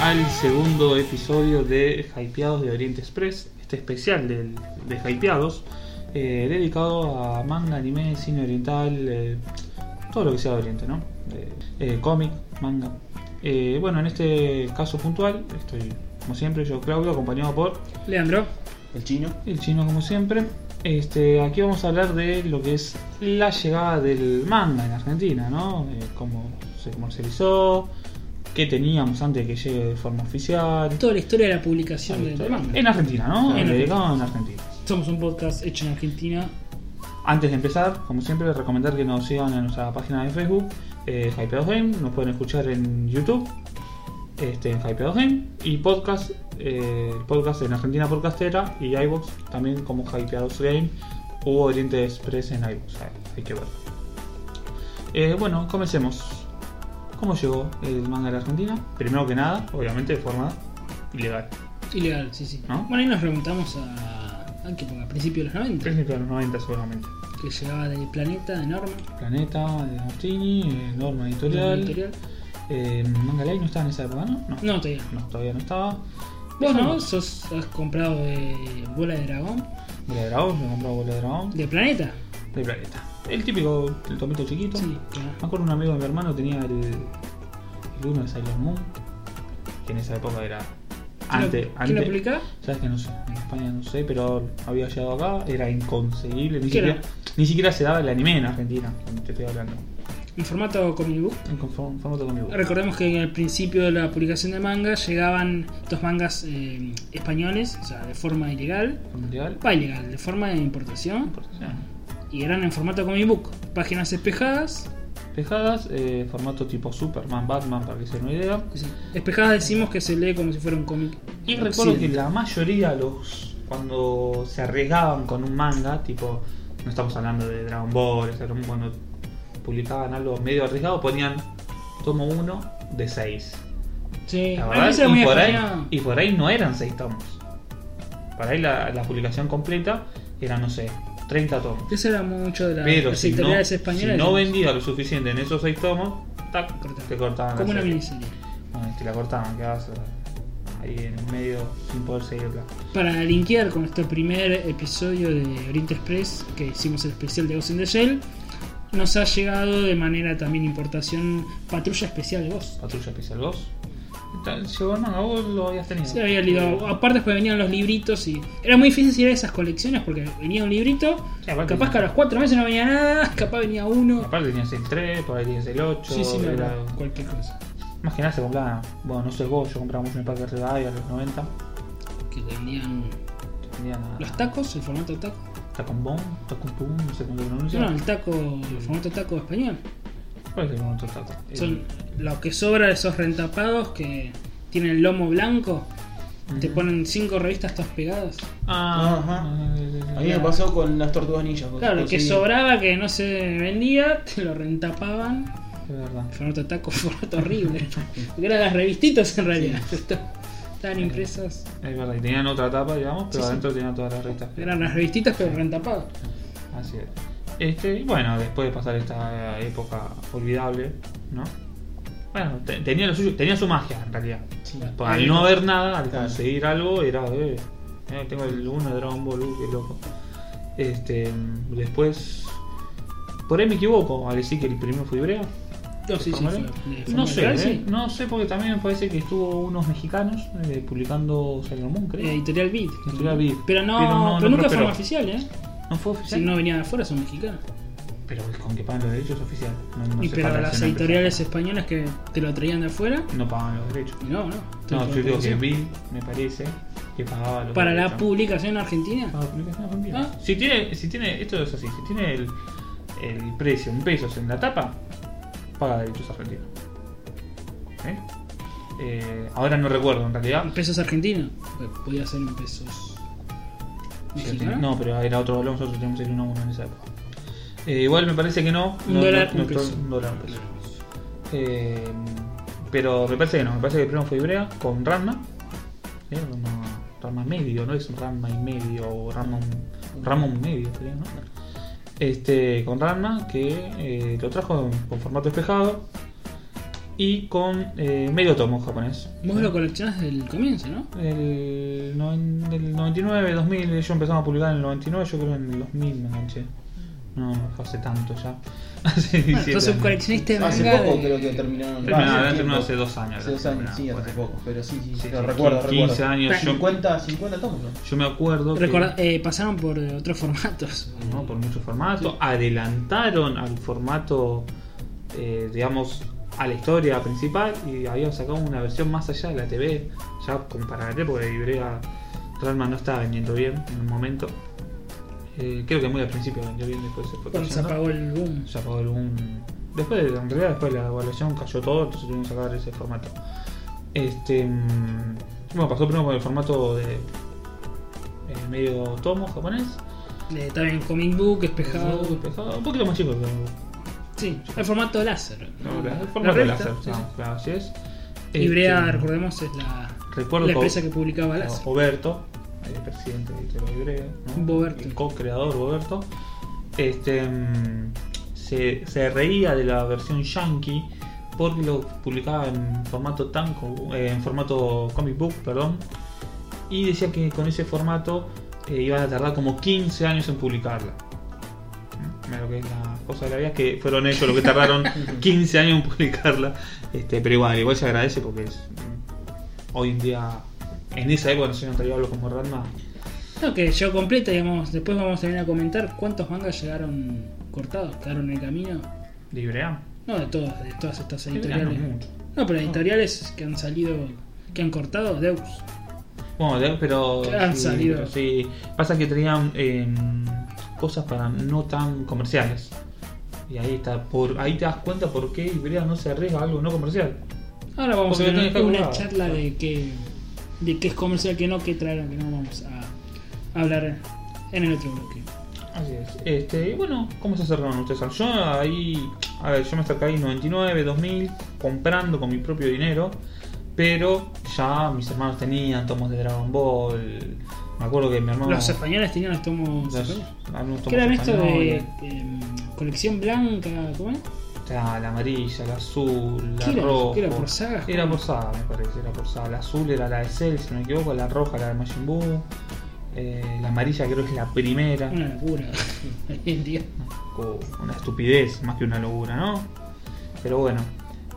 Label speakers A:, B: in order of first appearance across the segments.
A: al segundo episodio de Hypeados de Oriente Express, este especial del- de, Hypeados, eh, dedicado a manga, anime, cine oriental, eh, todo lo que sea de Oriente, ¿no? Eh, eh, cómic, manga. Eh, bueno, en este caso puntual, estoy como siempre, yo Claudio, acompañado por
B: Leandro.
C: El chino.
A: el chino como siempre. Este, aquí vamos a hablar de lo que es la llegada del manga en Argentina, ¿no? Eh, cómo se comercializó, qué teníamos antes de que llegue de forma oficial.
B: Toda la historia de la publicación del manga.
A: En Argentina, ¿no? Eh,
B: En
A: Dedicado en Argentina.
B: Somos un podcast hecho en Argentina.
A: Antes de empezar, como siempre, recomendar que nos sigan en nuestra página de Facebook, eh, Hypeados Game. Nos pueden escuchar en YouTube, este, en Hypeados Game. Y podcast, eh, podcast en Argentina Podcastera y iBox también como Hypeados Game u Oriente Express en iBox. Hay, hay que verlo. Eh, bueno, comencemos. ¿Cómo llegó el manga a la Argentina? Primero que nada, obviamente, de forma ilegal.
B: Ilegal, sí, sí.
A: ¿No?
B: Bueno, ahí nos remontamos a. ¿A qué época? A principios de los 90.
A: Principio de los 90, seguramente.
B: Que llegaba del planeta enorme.
A: Planeta, de Martini, eh, Norma Editorial. Eh, Manga Live no estaba en esa época, ¿no? No,
B: No, todavía no.
A: No, todavía no estaba.
B: Vos no,
A: Dejamos.
B: sos, has comprado de bola de dragón.
A: Bola de Dragón, me compraba Bola de Dragón.
B: De planeta.
A: De Planeta. El típico, el tomito chiquito.
B: Sí,
A: Me acuerdo un amigo de mi hermano tenía el, el uno de Sailor Moon, que en esa época era antes.
B: ¿Quién lo-
A: antes
B: ¿Quién lo publicaba?
A: Sabes que no sé, en España no sé, pero había llegado acá, era inconseguible, ni
B: ¿Qué era?
A: siquiera, ni siquiera se daba el anime en Argentina, te estoy hablando.
B: En formato comic book.
A: En conform- formato conmigo.
B: Recordemos que al principio de la publicación de manga llegaban estos mangas eh, españoles, o sea, de forma ilegal.
A: Mundial.
B: Va ilegal, de forma de importación.
A: Sí.
B: Y eran en formato comic book. Páginas espejadas.
A: Tejadas, eh, formato tipo Superman, Batman, para que se den una idea.
B: Sí. Espejadas decimos que se lee como si fuera un cómic.
A: Y recuerdo que
B: occidental.
A: la mayoría los cuando se arriesgaban con un manga, tipo, no estamos hablando de Dragon Ball, Sailor Moon, cuando publicaban algo medio arriesgado, ponían tomo 1 de 6.
B: Sí,
A: La
B: a
A: verdad,
B: mí se me
A: y, por ahí,
B: extrañaba.
A: y por ahí no eran 6 tomos. Por ahí la, la publicación completa era, no sé, 30 tomos.
B: Eso era mucho de la-
A: Pero
B: las
A: si no,
B: editoriales
A: si
B: españolas.
A: no
B: digamos,
A: vendía lo suficiente en esos 6 tomos, tac,
B: Cortaban.
A: te cortaban
B: Como
A: la
B: una
A: serie.
B: miniserie.
A: Bueno, Ah, Te la cortaban, quedabas eh, ahí en el medio sin poder seguirla.
B: Para linkear con nuestro primer episodio de Oriente Express, que hicimos el especial de Ghost in the Shell, nos ha llegado de manera también importación Patrulla Especial de Ghost.
A: Patrulla Especial 2. Tal- Llegó no, vos lo habías tenido.
B: Sí, había leído. Aparte, después venían los libritos y. Era muy difícil ir a esas colecciones porque venía un librito.
A: Sí, aparte
B: Ah, capaz
A: no.
B: que a los cuatro meses no venía nada, capaz venía uno.
A: Aparte tenías el 3, por ahí tenías el 8.
B: Sí, sí, no,
A: era-
B: no, cualquier cosa.
A: Más que nada se compraba. Bueno, no sé vos, yo compraba mucho en el Parque Rivadavia en los 90.
B: Que te vendían
A: que Tenían a.
B: los tacos, el formato taco.
A: Tacombón, Tacompum, no sé cómo se pronuncia.
B: No, el taco, el formato taco español.
A: ¿Cuál es el otro taco? El-
B: Son lo que sobra de esos rentapados que tienen el lomo blanco. Te
A: Ujú.
B: ponen cinco revistas todas pegadas.
A: Ah,
C: Ajá.
A: ajá.
C: A mí me pasó con las tortugas ninjas.
B: Claro, lo que
C: conseguí.
B: sobraba que no se vendía, te lo rentapaban.
A: Es verdad.
B: Formato taco, formato horrible. Porque eran las revistitas en realidad. Estaban impresas.
A: Es verdad. Y tenían otra tapa, digamos, pero
B: Sí, sí.
A: adentro tenían todas las revistas.
B: Eran las revistitas pero rentapadas.
A: Así es. Este, y bueno, después de pasar esta época olvidable, ¿no? Bueno, te- tenía lo suyo, tenía su magia en realidad.
C: Sí.
A: Por Pues al no ver nada, al
C: Claro.
A: conseguir algo, era, eh, eh, tengo el 1 de Dragon Ball, uh, qué loco. Este, mm, después, por ahí me equivoco al decir que el primero fue Ibrea.
B: No, sí, sí,
A: ¿Formal?
B: fue- de
A: No
B: forma
A: sé,
B: legal,
A: eh,
B: sí.
A: no sé porque también me parece que estuvo unos mexicanos eh, publicando Sailor Moon, creo.
B: Editorial Beat.
A: Editorial Beat.
B: Pero no,
A: Pero
B: pero
A: no- no
B: nunca de
A: prosperó.
B: forma oficial, ¿eh?
A: no fue
B: Si
A: oficial.
B: no venía de afuera, son mexicanos.
A: Pero con que pagan los derechos es oficial. No, no
B: y
A: se
B: pero
A: paga
B: las
A: ese nombre.
B: editoriales españolas que te lo traían de afuera,
A: no pagan los derechos.
B: no, no.
A: No, yo
B: Entonces,
A: digo que vi, me parece, que pagaba los
B: Para la
A: derechos.
B: publicación argentina,
A: Para la publicación argentina.
B: Ah.
A: Si tiene, si tiene, esto es así, si tiene el, el precio en pesos en la tapa, paga derechos argentinos. ¿Eh? Eh, ahora no recuerdo en realidad.
B: en pesos argentinos, pues, podía ser en pesos mexicanos.
A: No, pero era otro balón, nosotros teníamos el 1 a 1 en esa época. Eh, igual me parece que no.
B: Un
A: no-
B: dólar,
A: no-
B: un
A: no-
B: peso.
A: un dólar, un peso. Eh, pero me parece que no, me parece que el primero fue Ibrea con Ranma. Eh, Ranma, Ranma medio, ¿no? Es un Ranma y medio o Ranma, un- Ranma un medio, creo, ¿no? Este, con Ranma que eh, lo trajo con formato espejado. y con eh, medio tomo japonés.
B: Vos lo coleccionás desde el comienzo, ¿no?
A: El, noven- del 99, 2000, ellos empezaron a publicar en el 99, yo creo en el 2000 me enganché. No, hace tanto ya. Hace
B: Bueno,
A: 17
B: sos un
A: años.
B: coleccionista de
C: Hace
B: manga
C: poco
B: de-
C: creo que terminaron.
A: Terminaron,
C: Ah,
A: habrán
C: hace
A: terminado
C: tiempo.
A: hace dos años,
C: Hace dos
A: habrán
C: años, sí,
A: terminado,
C: hace
A: por ahí.
C: poco. Pero sí, sí,
A: Sí,
C: lo
A: sí,
C: recuerdo,
A: 15
C: recuerdo.
A: años, yo,
C: 50, 50 tomos, ¿no?
A: yo me acuerdo que-
B: Recordá- eh, pasaron por eh, otros formatos.
A: ¿no? por muchos formatos. Adelantaron al formato, eh, digamos, a la historia principal y habían sacado una versión más allá de la TV, ya como para la tele, porque Ibrea Ralman no estaba vendiendo bien en un momento. Eh, creo que muy al principio vendió bien, después se fue
B: Cuando se
A: cayendo.
B: apagó el boom.
A: Se apagó algún. Después, de- en realidad, después de la evaluación cayó todo, entonces tuvimos que sacar ese formato. Este. mm, Bueno, pasó primero por el formato de. eh, medio tomo japonés.
B: Eh, también comic book, espejado.
A: Pesado, Un poquito más chico que
B: Sí, el formato láser.
A: No, la,
B: La
A: forma de
B: revista,
A: láser,
B: sí,
A: no, claro, así es.
B: Ibrea,
A: Este,
B: recordemos, es la,
A: recuerdo Ah, oh.
B: la
A: que-
B: empresa que publicaba láser.
A: Roberto, el presidente de Editorial Ibrea, ¿no?
B: Boberto.
A: el co-creador Roberto, este, mm, se, se reía de la versión yankee porque lo publicaba en formato tanco, eh, en formato comic book, perdón, y decía que con ese formato eh, iban a tardar como 15 años en publicarla. Mira Lo que es la cosa de la vida es que fueron ellos los que tardaron 15 años en publicarla. Este, pero igual, igual se agradece porque es, mm, hoy en día, en esa época, no sé, no te hablo como Ranma,
B: No, que yo completa, digamos, después vamos también a comentar cuántos mangas llegaron cortados, quedaron en el camino.
A: librea.
B: No, de todas, de todas estas
A: Librea no
B: editoriales.
A: mucho.
B: No, pero editoriales que han salido, que han cortado, Deus.
A: Bueno, de- pero.
B: Que han
A: sí,
B: salido.
A: pero sí. Pasa que tenían eh, cosas para no tan comerciales. Y ahí está, por, ahí te das cuenta por qué Ibrea no se arriesga a algo no comercial.
B: Ahora vamos
A: Porque
B: a
A: lo tenés
B: tener una
A: calculado.
B: charla de qué de qué es comercial, qué no, qué traer, que no vamos a hablar en el otro bloque.
A: Así es. Este, y bueno, ¿cómo se acercaron ustedes? al- Yo ahí, a ver, yo me acerqué ahí en 99, 2000, comprando con mi propio dinero, pero ya mis hermanos tenían tomos de Dragon Ball. Me acuerdo que mi hermano.
B: Los españoles tenían los tomos.
A: los-
B: españoles.
A: algunos tomos
B: ¿Qué eran esto de,
A: españoles.
B: em, colección blanca? ¿Cómo es?
A: La, la amarilla, la azul, la
B: ¿Qué era?
A: roja.
B: ¿Qué era por sagas?
A: Era por saga, me parece, era por saga. La azul era la de Cell, si no me equivoco, la roja la de Majin Buu. eh, la amarilla creo que es la primera.
B: Una locura. Hoy en día.
A: o una estupidez más que una locura, ¿no? Pero bueno,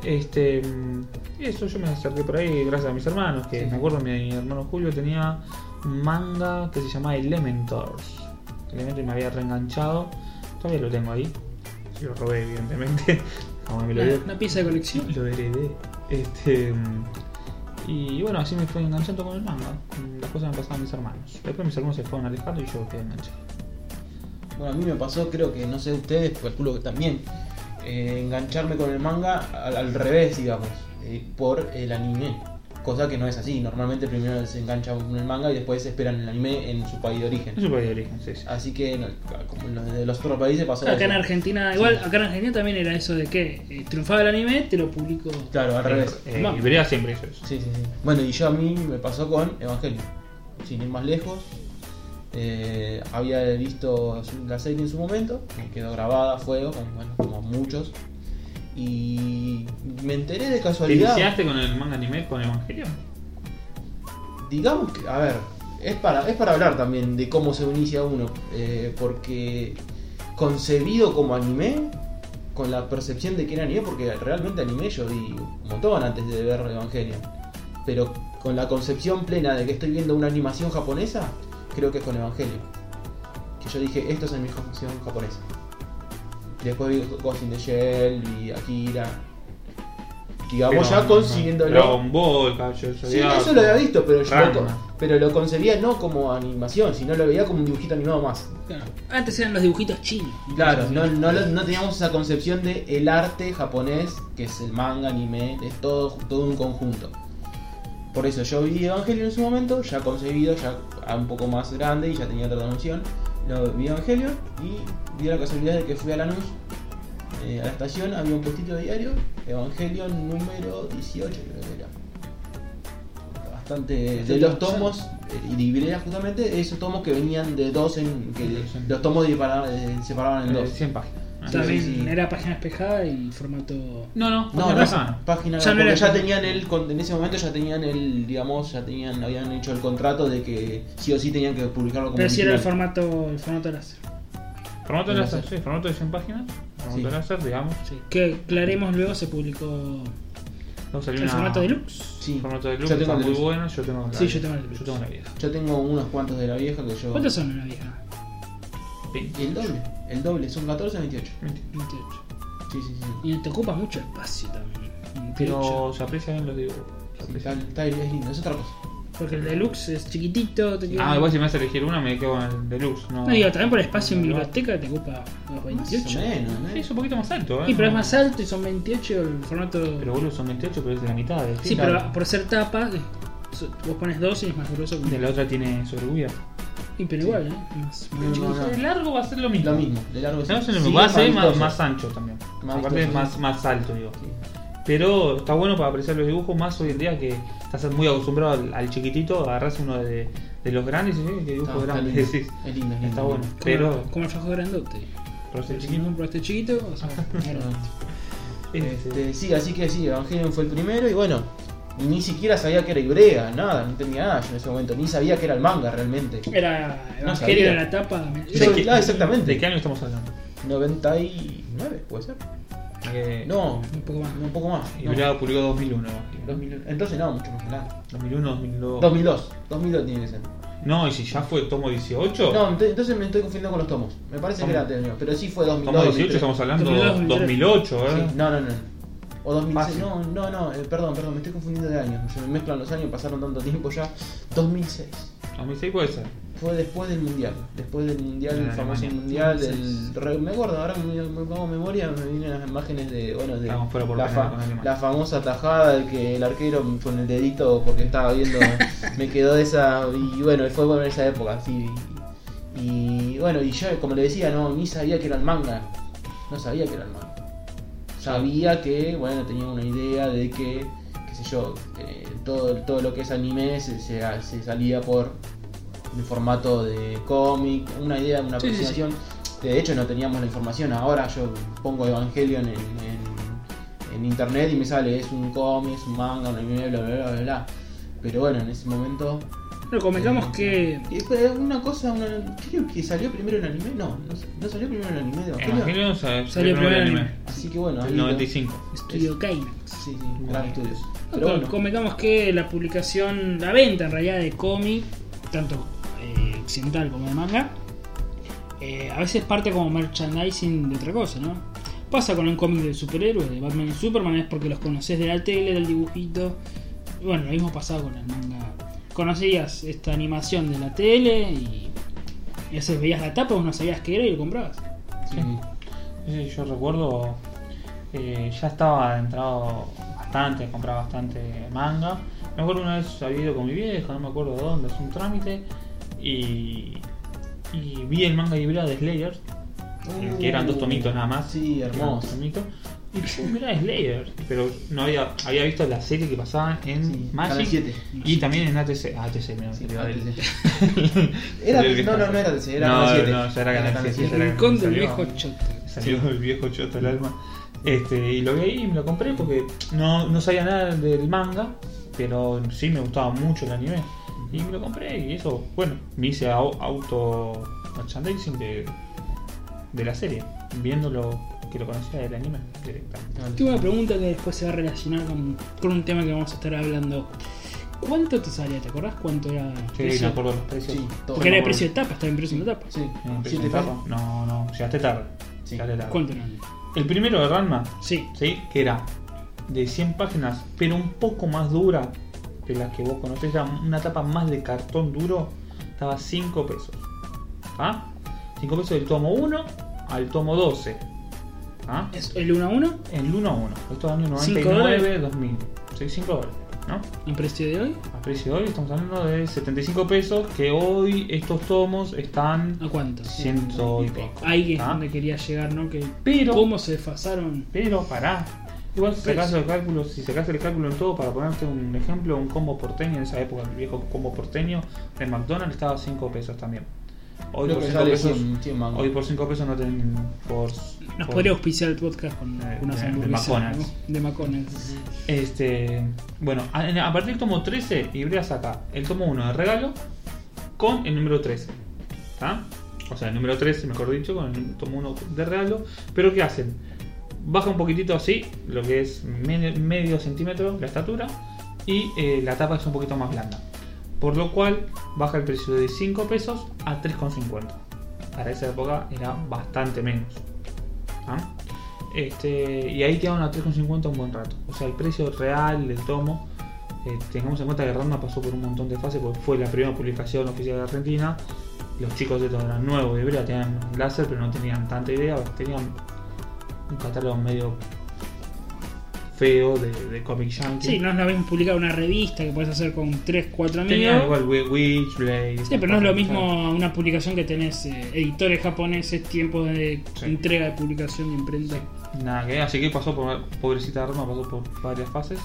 A: este mm, y eso yo me acerqué por ahí gracias a mis hermanos, que
B: Sí.
A: me acuerdo mi, mi hermano Julio tenía un manga que se llamaba Elementors. Elementor me había reenganchado, todavía lo tengo ahí, lo robé evidentemente, como me lo
B: Una,
A: dio
B: una pieza de colección.
A: lo heredé. Este, mm, y bueno, así me fue enganchando con el manga. con Las cosas me pasaban a mis hermanos. Después mis hermanos se fueron alejando y yo quedé enganchado.
C: Bueno, a mí me pasó, creo que, no sé ustedes, calculo que también, eh, engancharme con el manga al, al revés, digamos, eh, por el anime. Cosa que no es así, normalmente primero se engancha con el manga y después esperan el anime en su país de
A: Es
C: origen.
A: un país de origen, sí, sí.
C: Así que, no, como en los de los otros países pasó
B: Acá en
C: eso.
B: Argentina, igual, acá en Argentina también era eso de que eh, triunfaba el anime, te lo publico.
C: Claro, al revés.
A: Eh,
B: Vamos.
A: Ibrea siempre hizo eso.
C: Sí, sí, sí. Bueno, y yo a mí me pasó con Evangelio. Sin ir más lejos, eh, había visto su- la serie en su momento, me quedó grabada a fuego, como, bueno, como muchos. Y me enteré de
A: ¿Te
C: casualidad.
A: iniciaste con el manga anime con Evangelion?
C: digamos que, a ver, es para, es para hablar también de cómo se inicia uno, eh, porque concebido como anime, con la percepción de que era anime, porque realmente anime yo vi un montón antes de ver Evangelion, pero con la concepción plena de que estoy viendo una animación japonesa, creo que es con Evangelion. Que yo dije, esto es animación japonesa. Después vi Ghost in the Shell, vi Akira. Digamos, ya consiguiéndolo.
A: Dragon Ball, Caballero del
C: Sí,
A: Zodiaco.
C: eso lo había visto, pero yo
A: Ranma.
C: lo, pero lo concebía no como animación, sino lo veía como un dibujito animado más.
B: Claro. Antes eran los dibujitos chinos.
C: Claro, no, no, lo- no teníamos esa concepción de el arte japonés, que es el manga, anime, es todo, todo un conjunto. Por eso yo vi Evangelion en su momento, ya concebido, ya un poco más grande y ya tenía otra noción. Lo vi Evangelion y vi la casualidad de que fui a Lanús, eh, a la estación, había un puestito de diario, Evangelion número 18 creo que era. Bastante... De los tomos, eh, y de Ibrea justamente, esos tomos que venían de dos en... que
A: Sí, sí.
C: los tomos separaban, separaban en
A: Eh,
C: dos.
A: 100 páginas.
B: También
C: sí, sí.
B: era página espejada y formato.
A: No, no,
C: No,
A: no,
C: no, página
B: Ya
C: ya
B: no era-
C: ya tenían el con- en ese momento ya tenían el digamos ya tenían habían hecho el contrato de que sí o sí tenían que publicarlo como
B: Pero sí era el
C: original.
B: formato, el formato láser.
A: Formato de
C: de
A: láser,
C: láser.
A: sí, formato de 100 páginas. Formato
C: Sí.
A: de láser, digamos.
B: Sí, Que aclaremos luego se publicó
A: Luego salió
B: el
A: una-
B: formato deluxe.
C: Sí.
A: formato de
C: Yo
A: luz, que está
C: tengo el
A: muy
C: deluxe.
A: bueno. Yo tengo la
B: Sí, yo
A: vieja.
B: tengo el deluxe.
A: Yo tengo la vieja.
C: Yo tengo unos cuantos de la vieja que yo
B: ¿Cuántos son en la vieja?
A: Sí.
C: el doble, el doble, son 14 a 28.
B: 28.
C: Sí, sí, sí.
B: Y te ocupa mucho espacio también. 28.
A: Pero se aprecia bien los dibujos. se
C: Sí,
A: aprecia.
C: está, está- es lindo, es otra cosa.
B: Porque el deluxe es chiquitito. Te queda-
A: Ah, igual si me hace elegir una me quedo con el deluxe. No,
B: No, digo, también por espacio en
A: No, no.
B: biblioteca te ocupa los
C: Más o
B: 28.
C: menos,
A: Sí,
C: ¿eh?
A: es un poquito más alto, ¿eh?
B: Y pero es
A: No.
B: más alto y son 28 el formato.
A: Pero boludo, son 28, pero es de la mitad. de-
B: sí,
C: claro.
B: pero por ser tapa, eh, so- vos pones 12 y es más grueso. que-
A: De la otra tiene sobrehuida.
B: Y pero
C: Sí.
B: igual, ¿eh? Más,
C: No, no, no.
A: El largo va a ser lo mismo.
C: Lo mismo, de largo
A: No, es lo
C: Sí,
A: mismo. Va a ser más,
C: vistoso.
A: más ancho también.
C: Más
A: Aparte es
C: vistoso,
A: más,
C: sí.
A: más alto, digo.
C: Sí.
A: Pero está bueno para apreciar los dibujos más hoy en día que estás muy acostumbrado al, al chiquitito, agarras uno de, de los grandes y dices, "Eh, qué dibujo
C: Está- está
A: grande.
C: lindo,
A: decís.
C: es lindo, es
A: Está
C: lindo.
A: bueno.
B: como,
A: Pero,
B: como el fajo grandote.
A: pero es el
B: Si no
A: chiquito.
B: compraste chiquito, o sea, grandote.
A: este,
C: Este, sí, así que sí, Evangelion fue el primero y bueno, ni siquiera sabía que era hebrea, nada, no tenía nada yo en ese momento, ni sabía que era el manga realmente.
B: Eh. Era
C: No
B: Evangelio
C: sabía.
B: en la tapa. me-
C: Yo-
A: ¿De qué-
C: ah, exactamente.
A: ¿De qué año estamos hablando?
C: 99, ¿puede ser?
A: Eh,
C: No,
B: Un poco más.
C: no, un poco más.
A: Y
C: no.
A: Bravo publicó 2001. imagino.
C: 2000, entonces no, mucho más que nada.
A: 2001, 2002.
C: 2002, 2002 tiene que ser.
A: No, y si ya fue tomo 18.
C: No, ent- entonces me estoy confundiendo con los tomos. Me parece
A: Tomo.
C: que era anterior, pero sí fue 2002.
A: tomo 18
C: 2003.
A: estamos hablando
B: 2002,
A: 2008, ¿eh?
C: Sí, no, no, no. O 2006.
A: Fácil.
C: No, no, no, eh, perdón, perdón, me estoy confundiendo de años. Se me mezclan los años, pasaron tanto tiempo ya. 2006.
A: 2006 puede ser.
C: Fue después del mundial. Después del mundial,
A: En
C: el famoso
A: Alemania.
C: mundial.
B: 2006.
C: Del, re- me acuerdo, ahora me, me pongo memoria, me vienen las imágenes de. Bueno, de.
A: Estábamos fuera por
C: la,
A: penal
C: fa-
A: con Alemania.
C: la famosa tajada de que el arquero con el dedito, porque estaba viendo, me quedó esa. Y bueno, fue bueno en esa época, sí. Y, y bueno, y yo, como le decía, no, ni sabía que era el manga. No sabía que era el manga sabía que, bueno, tenía una idea de que, qué sé yo, eh, todo, todo lo que es anime se, se, se salía por el formato de cómic, una idea, una
B: Sí, sí, sí.
C: aproximación. De hecho, no teníamos la información. Ahora yo pongo Evangelion en, en, en internet y me sale, es un cómic, es un manga, un anime, bla, bla, bla, bla, bla. Pero bueno, en ese momento... eh,
B: Pero comentamos Pues que.
C: Y fue una cosa, una- creo que salió primero el anime. No, no, no salió primero el anime de Evangelion.
A: Evangelion sa-
B: Salió
A: salió
B: primero
A: primero el
B: anime.
A: anime.
C: Así que bueno, ahí
A: El
C: lo-
A: 95.
B: Estudio Gainax.
C: Sí, sí, gran estudios.
B: No,
C: Pero
B: com-
C: bueno,
B: Convengamos que la publicación, la venta en realidad de cómic, tanto eh, occidental como de manga, eh, a veces parte como merchandising de otra cosa, ¿no? Pasa con un cómic de superhéroes, de Batman y Superman, es porque los conoces de la tele, del dibujito. Y Bueno, lo mismo pasaba con el manga. Conocías esta animación de la tele y a veces veías la tapa, vos no sabías qué era y lo comprabas.
C: sí,
A: Sí, yo recuerdo, eh, ya estaba adentrado bastante, compraba bastante manga. Me acuerdo una vez había ido con mi vieja, no me acuerdo de dónde, es un trámite, y, y vi el manga librado de Slayer,
C: Uh,
A: Eh, que eran dos tomitos nada más.
C: Sí, hermoso.
A: Dos tomitos. Y pum, mirá Slayer, pero no había, había visto la serie que pasaba en
C: Sí, Canal
A: Magic
C: 7.
A: y también en ATC. ATC, me
C: Sí,
A: olvidaba del-
C: Era-
A: del viejo.
C: no, no, no era ATC, era
A: no,
C: Canal 7.
A: No, ya era Canal 7.
B: El
A: ya era
B: rincón del
A: salió-
B: viejo choto.
A: Salió el viejo choto el alma. Este, y lo vi ahí y me lo compré porque no, no sabía nada del manga, pero sí me gustaba mucho el anime. Y me lo compré y eso, bueno, me hice au- auto merchandising de, de la serie, viéndolo que lo conocía del anime directamente.
B: Tengo una pregunta que después se va a relacionar con, con un tema que vamos a estar hablando. ¿Cuánto te salía? ¿Te acordás cuánto era? el
A: Sí,
B: precio?
A: me acuerdo los precios.
C: Sí, todo.
B: Porque era el
A: Me acuerdo.
B: precio de tapa, estaba en precio de tapa.
C: Sí,
A: Eh, precio
C: 7
A: de tapa. No, no, llegaste tarde.
C: Sí.
A: Llegaste tarde.
B: ¿Cuánto eran?
A: El primero de Ranma,
B: Sí.
A: ¿sí? que era de 100 páginas, pero un poco más dura de las que vos conocés, era una tapa más de cartón duro, estaba 5 pesos. ¿Ah? 5 pesos del tomo 1 al tomo 12. ¿Ah?
B: ¿Es el 1 a 1
A: El 1 a 1, estos años
B: ¿Cinco dólares?
A: 99, 2000. 5 dólares, ¿no?
B: en precio de hoy?
A: A precio de hoy estamos hablando de 75 pesos, que hoy estos tomos están
B: ¿A cuánto?
A: ciento y poco.
B: Ahí es
A: ¿ah?
B: donde quería llegar, ¿no? Que
A: Pero-
B: cómo se desfasaron.
A: Pero pará. Igual si
B: Pero-
A: sacás el cálculo, si sacás el cálculo en todo, para ponerte un ejemplo, un combo porteño en esa época, el viejo combo porteño de McDonald's estaba a 5 pesos también. Hoy
C: Creo
A: por
C: que
A: 5
C: sale
A: pesos.
C: 100 100 mangos.
A: Hoy por 5 pesos no tienen. Por,
B: Nos
A: por-
B: podría auspiciar el podcast con
A: Eh,
B: unas
A: de- de
B: hamburguesas.
A: McDonald's.
B: ¿no? De McDonald's.
A: Este. Bueno, a, a partir del tomo 13, Ibrea saca el tomo 1 de regalo con el número 13. ¿Está? O sea, el número 13, mejor dicho, con el tomo 1 de regalo. Pero ¿qué hacen? Baja un poquitito así, lo que es me- medio centímetro la estatura, y eh, la tapa es un poquito más blanda. Por lo cual baja el precio de 5 pesos a 3,50. Para esa época era bastante menos. ¿Ah? Este, y ahí quedaron a 3,50 un buen rato. O sea, el precio real del tomo. eh, tengamos en cuenta que Ranma pasó por un montón de fases porque fue la primera publicación oficial de Argentina. Los chicos de todo eran nuevos de Ibrea, tenían un láser, pero no tenían tanta idea. Tenían un catálogo medio feo de, de cómic yankee.
B: Sí, no es la misma publicar una revista que puedes hacer con 3, 4 amigos.
A: Tenían igual Wi- Witchblade.
B: Sí, pero no es lo mismo una publicación que tenés eh, editores japoneses, tiempos de
A: Sí.
B: entrega de publicación de imprenta.
A: Nada que ver, así que pasó por, pobrecita Rama, pasó por varias fases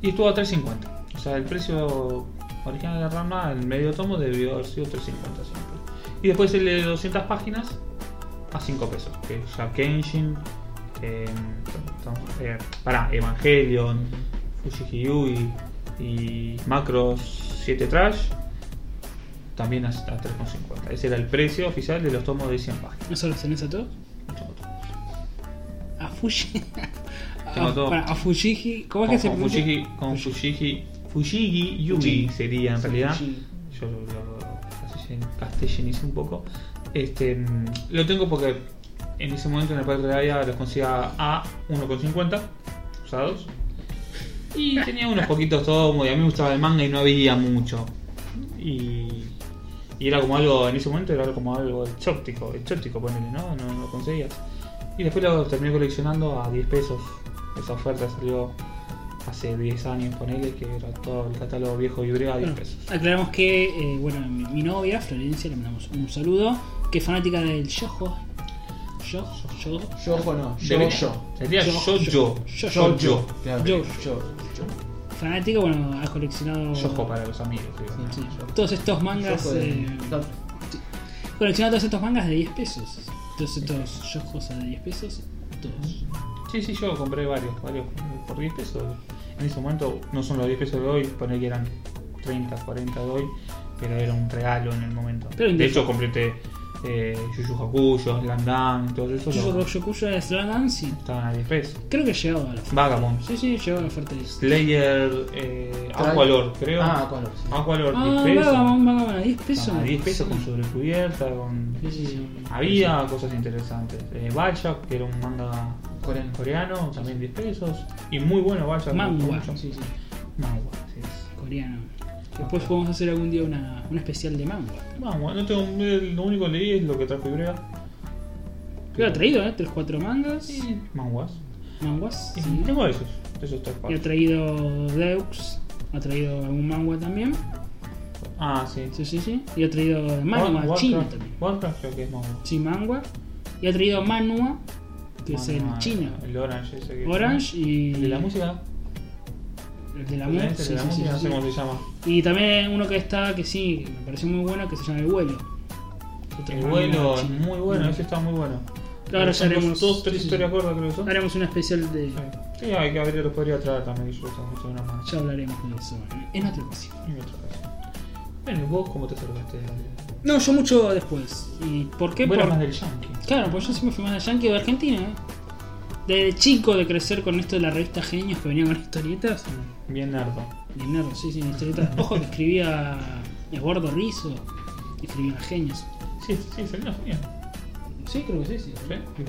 A: y estuvo a 3.50. O sea, el precio original de la Rama, el medio tomo, debió haber sido 3.50 siempre. Y después el de 200 páginas a 5 pesos, que es ya Kenshin, eh, eh, pará, Evangelion, Fushigi y Macros 7 Trash, también a, a 3.50. Ese era el precio oficial de los tomos de 100 páginas.
B: ¿No solo tenés a todos? A Fuji.
A: Tengo
B: a,
A: todo.
B: para- Ah, a Fujigi. ¿Cómo es
A: con,
B: que se
A: con
B: pronuncia?
A: Fujigi, con Fujigi, Fujigi Yugi
C: Fujigi.
A: sería en
C: Sí,
A: realidad.
C: sí.
A: Yo lo, lo castellen- castellanicé un poco. Este, mm, lo tengo porque en ese momento en el Parque de Gaia los conseguía a 1,50 usados. Y tenía unos poquitos tomos y a mí me gustaba el manga y no había mucho. Y, y era como algo, en ese momento era como algo exótico, exótico ponele, ¿no? No, no lo conseguías. Y después lo terminé coleccionando a 10 pesos. Esa oferta salió hace 10 años, ponele, que era todo el catálogo viejo y brega a 10
B: Bueno,
A: pesos.
B: aclaramos que, eh, bueno, mi, mi novia, Florencia, le mandamos un saludo, que es fanática del yojo. Yo, yo,
C: Yo ojo, no, yo
A: Debería-
C: yo.
A: Sería
B: Yo-
A: yo, yo.
B: yo-
A: Yo, yo.
C: Claro,
B: Yo.
C: yo, yo.
B: fanática, bueno, ha coleccionado
A: Yojo para los amigos, creo. ¿no?
B: sí, todos estos mangas.
C: Yo ojo de-
B: eh, coleccionado todos estos mangas de 10 pesos. Todos estos yojos de 10 pesos, todos.
A: Sí, sí, yo compré varios, varios por 10 pesos. En ese momento no son los 10 pesos de hoy, poner que eran 30, 40 de hoy, pero era un regalo en el momento.
B: Pero
A: de
B: indica-
A: hecho, compré eh, Yuyu Hakuyo, Slam Dunk, todo eso.
B: Yo,
A: lo-
B: yo, Yokuyo de Slam Dance, sí.
A: Estaban a 10 pesos.
B: Creo que he llegado a la oferta.
A: Vagabond,
B: Sí, sí, he llegado a la oferta. de-
A: Slayer, eh,
C: Tra-
A: Aqualor, creo.
C: Ah, color, sí.
A: Aqualor,
B: Ah,
A: 10 pesos.
B: Vagabond, Vagabond, a 10 pesos.
A: Estaban a 10 pesos con sobrecubierta, con...
C: Sí, sí, sí.
A: Había cosas interesantes. Eh, Balshak, que era un manga
C: Coreano.
A: coreano, también 10 pesos. Y muy bueno Balshak. me gustó
B: Manhwa.
A: mucho.
C: Sí, sí.
A: Manhwa, sí es.
B: coreano. Después podemos hacer algún día una, un especial de manga.
A: Manhwa, no tengo, lo único que leí es lo que trajo Ibrea.
B: Yo he traído, ¿eh? 3-4 mangas.
A: Manguas.
B: Manguas.
A: Y
B: sí.
A: tengo esos, esos tres
B: Y ha
A: cuatro.
B: traído Deux. Ha traído algún manga también.
A: Ah, sí.
B: Sí, sí, sí. Y ha traído manhwa
A: Warcraft-
B: chino también.
A: Warcraft creo que es Manhwa.
B: Sí, manga. Y ha traído manhwa, que es el
A: Manhwa,
B: chino.
A: El Orange ese que
B: Orange y.
A: El de la música.
B: El de la
A: El de
B: música.
A: este,
B: Sí,
A: de la
B: sí, sí,
A: música, no
B: sí.
A: sé cómo se llama.
B: Y también uno que está, que sí, que me pareció muy bueno, que se llama El Vuelo. Otro
A: El
B: manga
A: vuelo es
B: chino.
A: muy bueno,
B: Bueno.
A: ese está muy bueno.
B: Ahora ya
A: Son dos-
B: haremos-
A: Dos, tres
B: sí, sí.
A: historias gordas creo que son.
B: Haremos un especial de.
A: Sí, hay que abrir, lo podría traer también. Yo tengo mucho una mano.
B: Ya hablaremos de eso en otra ocasión.
A: Y otra vez. Bueno, ¿y vos cómo te acercaste al.
B: No, yo mucho después. ¿Y por qué?
A: Vos eras
B: Por-
A: más del Yankee.
B: Claro, pues yo siempre fui más de Yankee o de Argentina. ¿eh? Desde chico de crecer con esto de la revista Genios que venía con historietas.
A: Bien nerdo.
B: De nerds, sí, sí, historietas. Ojo que escribía Eduardo Rizzo. Escribía Genios.
A: Sí, sí, salió genial.
B: Sí, creo que sí, sí.
A: ¿Sí?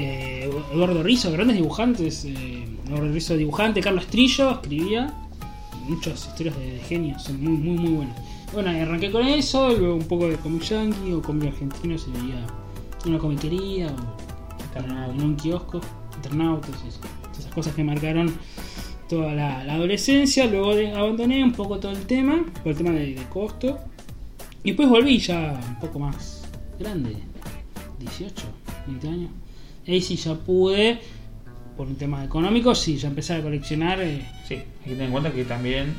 B: Eh, Eduardo Rizzo, grandes dibujantes. eh, Eduardo Rizzo, dibujante. Carlos Trillo escribía. Muchas historias de, de genios, son muy, muy, muy buenas. Bueno, y arranqué con eso, luego un poco de comic yankee o comic argentino se veía en una comiquería o
A: Internauta.
B: en un kiosco, internautas, eso, esas cosas que marcaron toda la, la adolescencia. Luego de- abandoné un poco todo el tema, por el tema de, de costo. Y después volví ya un poco más grande, 18, 20 años. Ahí sí ya pude, por un tema económico, sí, ya empecé a coleccionar. eh,
A: Sí, hay que tener en cuenta que también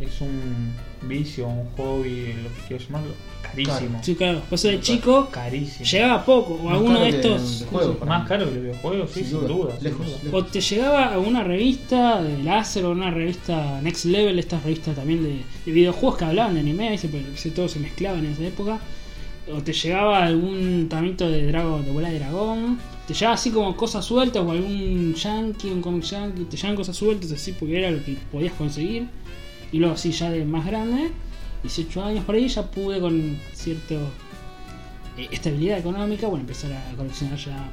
A: es un vicio, un hobby, lo que quieras llamarlo, carísimo.
B: Sí, claro. Pues de chico
A: Carísimo.
B: llegaba poco, o
C: Más
B: alguno
C: caro
B: de
C: que
B: estos.
C: el juego, para
A: Más
C: mí.
A: caro que los videojuegos, sí,
C: Sin
A: sin
C: duda,
A: duda. sin
C: lejos,
A: duda.
C: lejos.
B: O te llegaba alguna revista de láser o una revista Next Level, estas revistas también de, de videojuegos que hablaban de anime, ahí se, se- todo se mezclaba en esa época. O te llegaba algún tamito de dragón, de bola de dragón. Te llegaba así como cosas sueltas o algún yankee, un comic yankee. Te llegaban cosas sueltas así porque era lo que podías conseguir. Y luego así ya de más grande, 18 años por ahí, ya pude con cierta estabilidad económica, bueno, empezar a coleccionar ya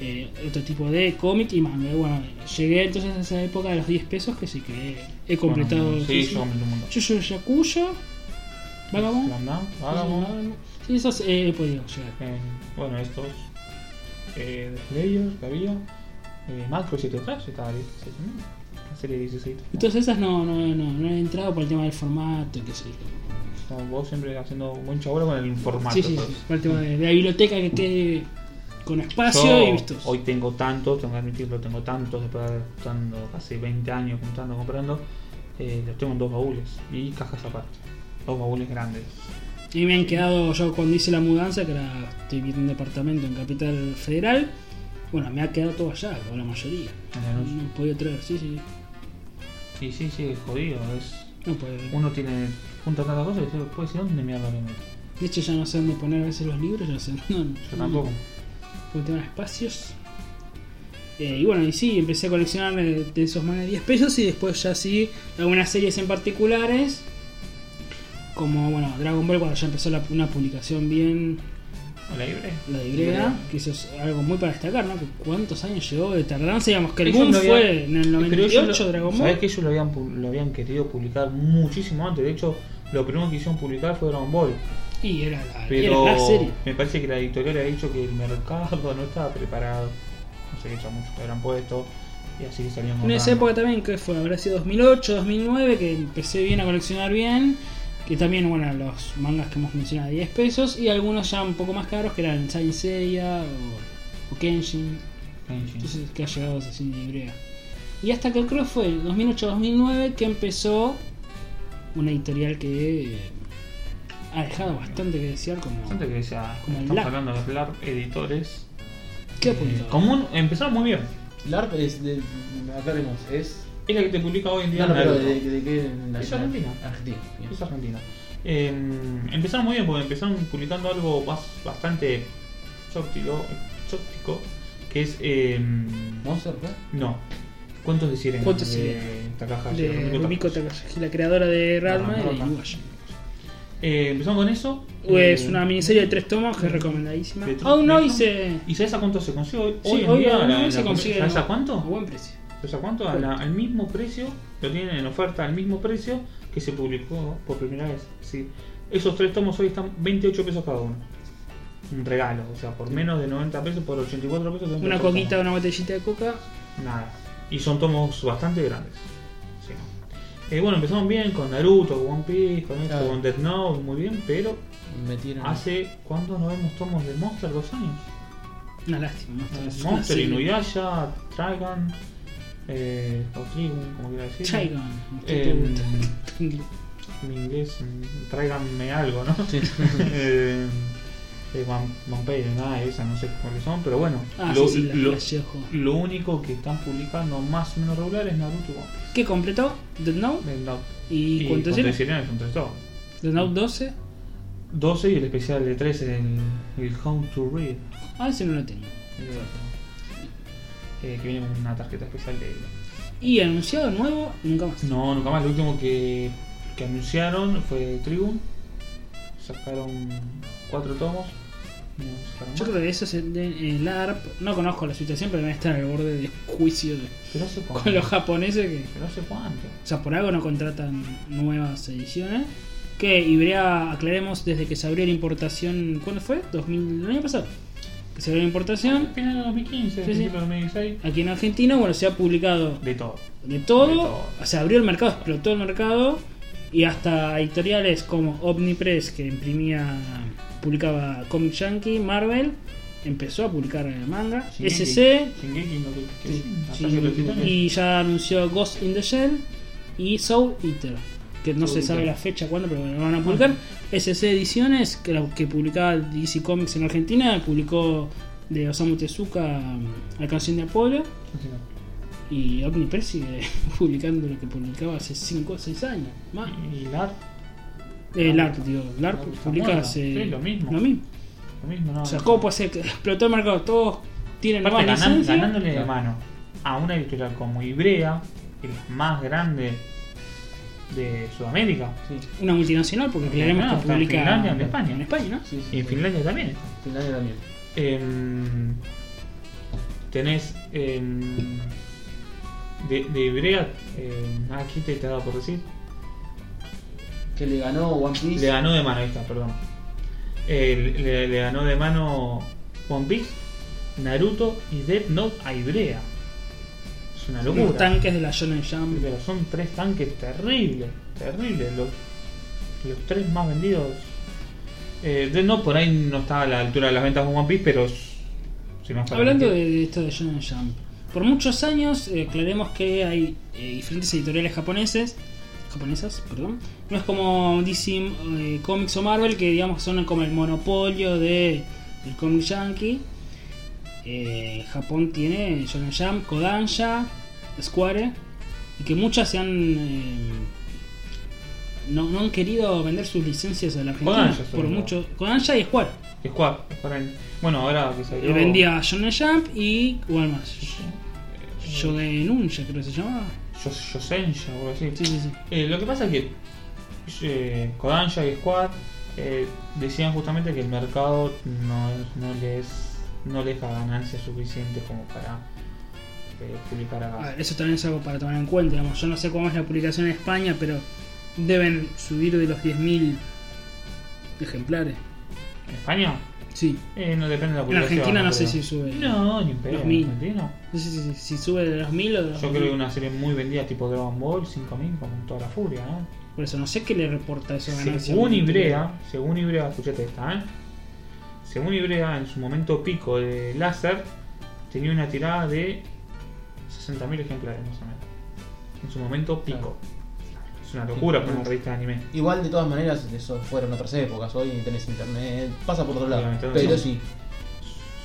B: eh, otro tipo de cómic y manga. Y Bueno, llegué entonces a esa época de los 10 pesos que sí que he completado.
A: Bueno, sí,
B: sí, sí.
A: yo me lo mando.
B: Yuyu Yakuya, Vagabond.
A: Slamdam, Vagabond.
B: Sí, esos eh, he podido llegar.
A: Eh, bueno, estos. Eh, de Players que había. Eh, Macro 7 Flash estaba 16 también. La serie 16. ¿no?
B: Entonces esas no, no, no, no he entrado por el tema del formato, qué sé yo.
A: O sea, vos siempre haciendo buen chabón con el formato.
B: Sí, sí,
A: pues.
B: sí, por el tema de, de la biblioteca que quede con espacio
A: Yo
B: y vistos.
A: Hoy tengo tantos, tengo que admitirlo, tengo tantos después de estar juntando casi 20 años juntando, comprando. Eh, los tengo en dos baúles y cajas aparte. Dos baúles grandes.
B: Y me han quedado, yo cuando hice la mudanza, que ahora estoy viviendo en un departamento en Capital Federal, bueno, me ha quedado todo allá, o la mayoría.
A: En la noche.
B: No he podido traer, sí, sí.
A: Y sí, sí, es jodido. Es...
B: No puede ver.
A: Uno tiene junta tantas cosas y dice, pues, ¿y ¿dónde mierda me meto?
B: De hecho, ya no sé dónde poner a veces los libros, ya no sé. No, no,
A: Yo tampoco.
B: por temas de espacios. Eh, y bueno, y sí, empecé a coleccionar eh, de esos más de 10 pesos y después ya sí, algunas series en particulares. Como bueno, Dragon Ball cuando ya empezó la- una publicación bien,
A: ¿La libre?
B: la de Grega, que eso es algo muy para destacar, ¿no? Que ¿Cuántos años llegó de tardanza? Digamos que el
A: Ellos
B: boom
A: lo habían-
B: fue en el
A: Pero ellos
B: 98
A: lo-
B: Dragon
A: Sabés
B: Ball.
A: que ellos lo habían, pu- lo habían querido publicar muchísimo antes. De hecho, lo primero que hicieron publicar fue Dragon Ball.
B: Y era la,
A: Pero
B: era la serie.
A: me parece que la editorial ha dicho que el mercado no estaba preparado. No sé qué chamuchos que habrán puesto. Y así que salían
B: En esa
A: comprando.
B: época también, que fue? Habrá sido 2008, 2009, que empecé bien a coleccionar bien. Que también, bueno, los mangas que hemos mencionado, 10 pesos. Y algunos ya un poco más caros, que eran Saint Seiya o, o Kenshin.
A: Kenshin.
B: Entonces, que ha llegado Assassin's de Ibrea. Y hasta que creo fue 2008-2009 que empezó una editorial que eh, ha dejado bastante que desear. Como,
A: Bastante que ya
B: Como el
A: estamos
B: LARP.
A: hablando de los LARP editores.
B: ¿Qué ha
A: Eh,
B: publicado?
A: común, empezaron muy bien.
C: LARP es de. Acá vemos, es.
A: Es la que te publica hoy en día
C: No, no, pero
A: Naruto.
C: de, de qué nacional-
A: Es Argentina.
C: Argentina. bien.
A: Es Argentina. Eh, empezaron muy bien porque empezaron publicando algo bas- bastante chóptico, chóptico, que es... eh,
C: Monster, ¿no?
A: no, cuentos de sirena.
B: Cuentos de
A: de Takahashi.
B: de
A: Rumiko
B: Rumiko
A: Takahashi.
B: Takahashi, la creadora de Radma
A: Radma,
B: y de
A: Radma.
B: Inuyasha.
A: Eh, empezaron con eso.
B: Es
A: eh,
B: una Ah, miniserie de tres tomos que es recomendadísima.
A: de tres
B: Aún hoy
A: tomos.
B: se.
A: ¿Y sabes a cuánto se consigue hoy?
B: sí,
A: hoy en
B: hoy
A: día
B: aún
A: la-
B: hoy
A: la-
B: se consigue.
A: ¿Sabes a
B: A
A: cuánto?
B: buen precio.
A: ¿Sabes a cuánto? A la- al mismo precio, lo tienen en oferta al mismo precio que se publicó por primera vez. Sí. Esos tres tomos hoy están 28 pesos cada uno. Un regalo, o sea, por menos de 90 pesos, por 84 pesos. te dan
B: Una
A: tres
B: coquita,
A: tomos.
B: una botellita de coca.
A: Nada. Y son tomos bastante grandes. Sí. Eh, bueno, empezaron bien con Naruto, con One Piece, con esto,
C: Claro.
A: con Death Note, muy bien, pero
C: Metieron.
A: hace cuánto no vemos tomos de Monster dos años.
B: Una lástima. no está- una
A: Ah, Monster,
B: serie.
A: Inuyasha, Trigon, eh, o Trigun, como quiera decir.
B: Trigon.
A: Eh,
B: Inglés.
A: En inglés, mm, tráiganme algo, ¿no?
C: Sí.
A: eh, eh, Van- Vampire, nada de esas, no sé cuáles son, pero bueno.
B: Ah,
A: lo,
B: sí, sí, la
A: lo-
B: flasheo.
A: lo único que están publicando más o menos regular es Naruto. y One Piece.
B: ¿Qué completó? Dead Note.
A: Del Note.
B: ¿Y,
A: Contra
B: cuánto hicieron?
A: Sirena es un texto.
B: Dead Note 12.
A: 12 y el especial de 3, el, el How to Read.
B: Ah, ese no lo tengo.
A: Eh, que viene con una tarjeta especial de
B: Y anunciado nuevo, nunca más.
A: No, nunca más. Lo último que, que anunciaron fue Tribune. Sacaron cuatro tomos. No sacaron
B: Yo
A: más.
B: creo que eso es el, de- el ARP. No conozco la situación, pero deben estar al borde del juicio de-
A: Pero hace cuánto.
B: con los japoneses que.
A: Pero hace cuánto.
B: O sea, por algo no contratan nuevas ediciones. Que Ibrea, aclaremos, desde que se abrió la importación, ¿cuándo fue? 2000, el año pasado. Que se abrió la importación.
A: Final de 2015,
B: Sí, sí.
A: principio de 2016.
B: Aquí en Argentina, bueno, se ha publicado
A: De todo.
B: de todo.
A: De todo.
B: Se abrió el mercado, explotó el mercado. Y hasta editoriales como Omnipress, que imprimía, publicaba Comic Yankee, Marvel, empezó a publicar eh, manga.
A: Shingeki.
B: SC,
A: Shingeki no te- que-
C: Sí,
A: Ataque a los
C: Shingeki.
A: Titanes.
B: y ya anunció Ghost in the Shell. y Soul Eater, que no
C: Soul
B: se sabe
C: Eater.
B: la fecha cuándo, pero lo van a publicar. SC Ediciones, que, la, que publicaba DC Comics en Argentina, publicó de Osamu Tezuka mm, La canción de Apolo y Omnipress sigue publicando lo que publicaba hace 5 o 6 años. Más.
A: Y LARP,
B: Eh,
A: Ah,
B: LARP, digo, LARP
A: está
B: publica
A: muerta.
B: hace.
A: Sí, lo mismo.
B: Lo mismo.
A: lo mismo, ¿no?
B: O sea, ¿cómo puede ser que explotó el mercado? Todos tienen
A: Aparte,
B: nuevas
A: ganan-
B: licencias.
A: ganándole de
C: Claro.
A: mano a una editorial como Ibrea, que es más grande de Sudamérica.
C: Sí,
B: Una multinacional, porque
A: No,
B: aclaremos
A: no,
B: que
A: está en
B: publica
A: Finlandia, en España.
B: En España, ¿no?
C: sí, sí.
A: Y en Finlandia también está.
C: Finlandia también.
A: Em, tenés em, de, de Ibrea, em, ah, ¿quién te estaba por decir?
C: Que le ganó One Piece.
A: Le ganó de mano, ahí está, perdón. Eh, le, le ganó de mano One Piece, Naruto y Death Note a Ibrea. Es una
B: Los
A: locura.
B: tanques de la Shonen Jump.
A: Pero son tres tanques terribles, terribles. Los, los tres más vendidos. Eh, Death Note por ahí no está a la altura de las ventas de One Piece, pero. es- si no es para
B: Hablando de,
A: mentir.
B: de esto de Shonen Jump, por muchos años eh, aclaremos que hay eh, diferentes editoriales japoneses, japonesas, perdón, no es como DC eh, Comics o Marvel que digamos son como el monopolio de del cómic yankee. Eh, Japón tiene Shonen Jump, Kodansha, Square y que muchas se han eh, no, no han querido vender sus licencias a la Argentina
A: Kodansha, sobre
B: por
A: todo.
B: mucho Kodansha y Square.
A: Es Square, es para el- Bueno, ahora que
B: Eh,
A: salió.
B: vendía Shonen Jump y igual más. Shodenuncia, creo que se llamaba.
A: Yo, Yosenja o algo así.
B: Sí, sí, sí.
A: Eh, lo que pasa es que eh, Kodansha y Squad eh, decían justamente que el mercado no, no les no les da ganancias suficientes como para eh, publicar
B: A
A: acá.
B: ver, eso también es algo para tomar en cuenta. Digamos. Yo no sé cómo es la publicación en España, pero deben subir de los 10.000 ejemplares.
A: ¿En España?
B: Sí.
A: Eh, no depende de la
B: En
A: publicación.
B: Argentina no sé
A: creo.
B: si sube.
A: No, ni en pedo,
B: Los
A: en
B: mil.
A: Argentina.
B: No sé si, si- si sube de los 1.000 o de los
A: Yo creo que
B: 1000.
A: una serie muy vendida tipo Dragon Ball 5000 con toda la furia, ¿no?
B: Por eso no sé qué le reporta eso a ganancias.
A: Según Ibrea, según Ibrea, escuchate esta, ¿eh? Según Ibrea, en su momento pico de láser, tenía una tirada de 60.000 ejemplares más o menos. En su momento pico. Es una locura para una revista de anime.
C: Igual de todas maneras, eso fueron otras épocas. Hoy tenés internet, pasa por otro lado.
A: Obviamente, no
C: Pero
A: son-
C: sí,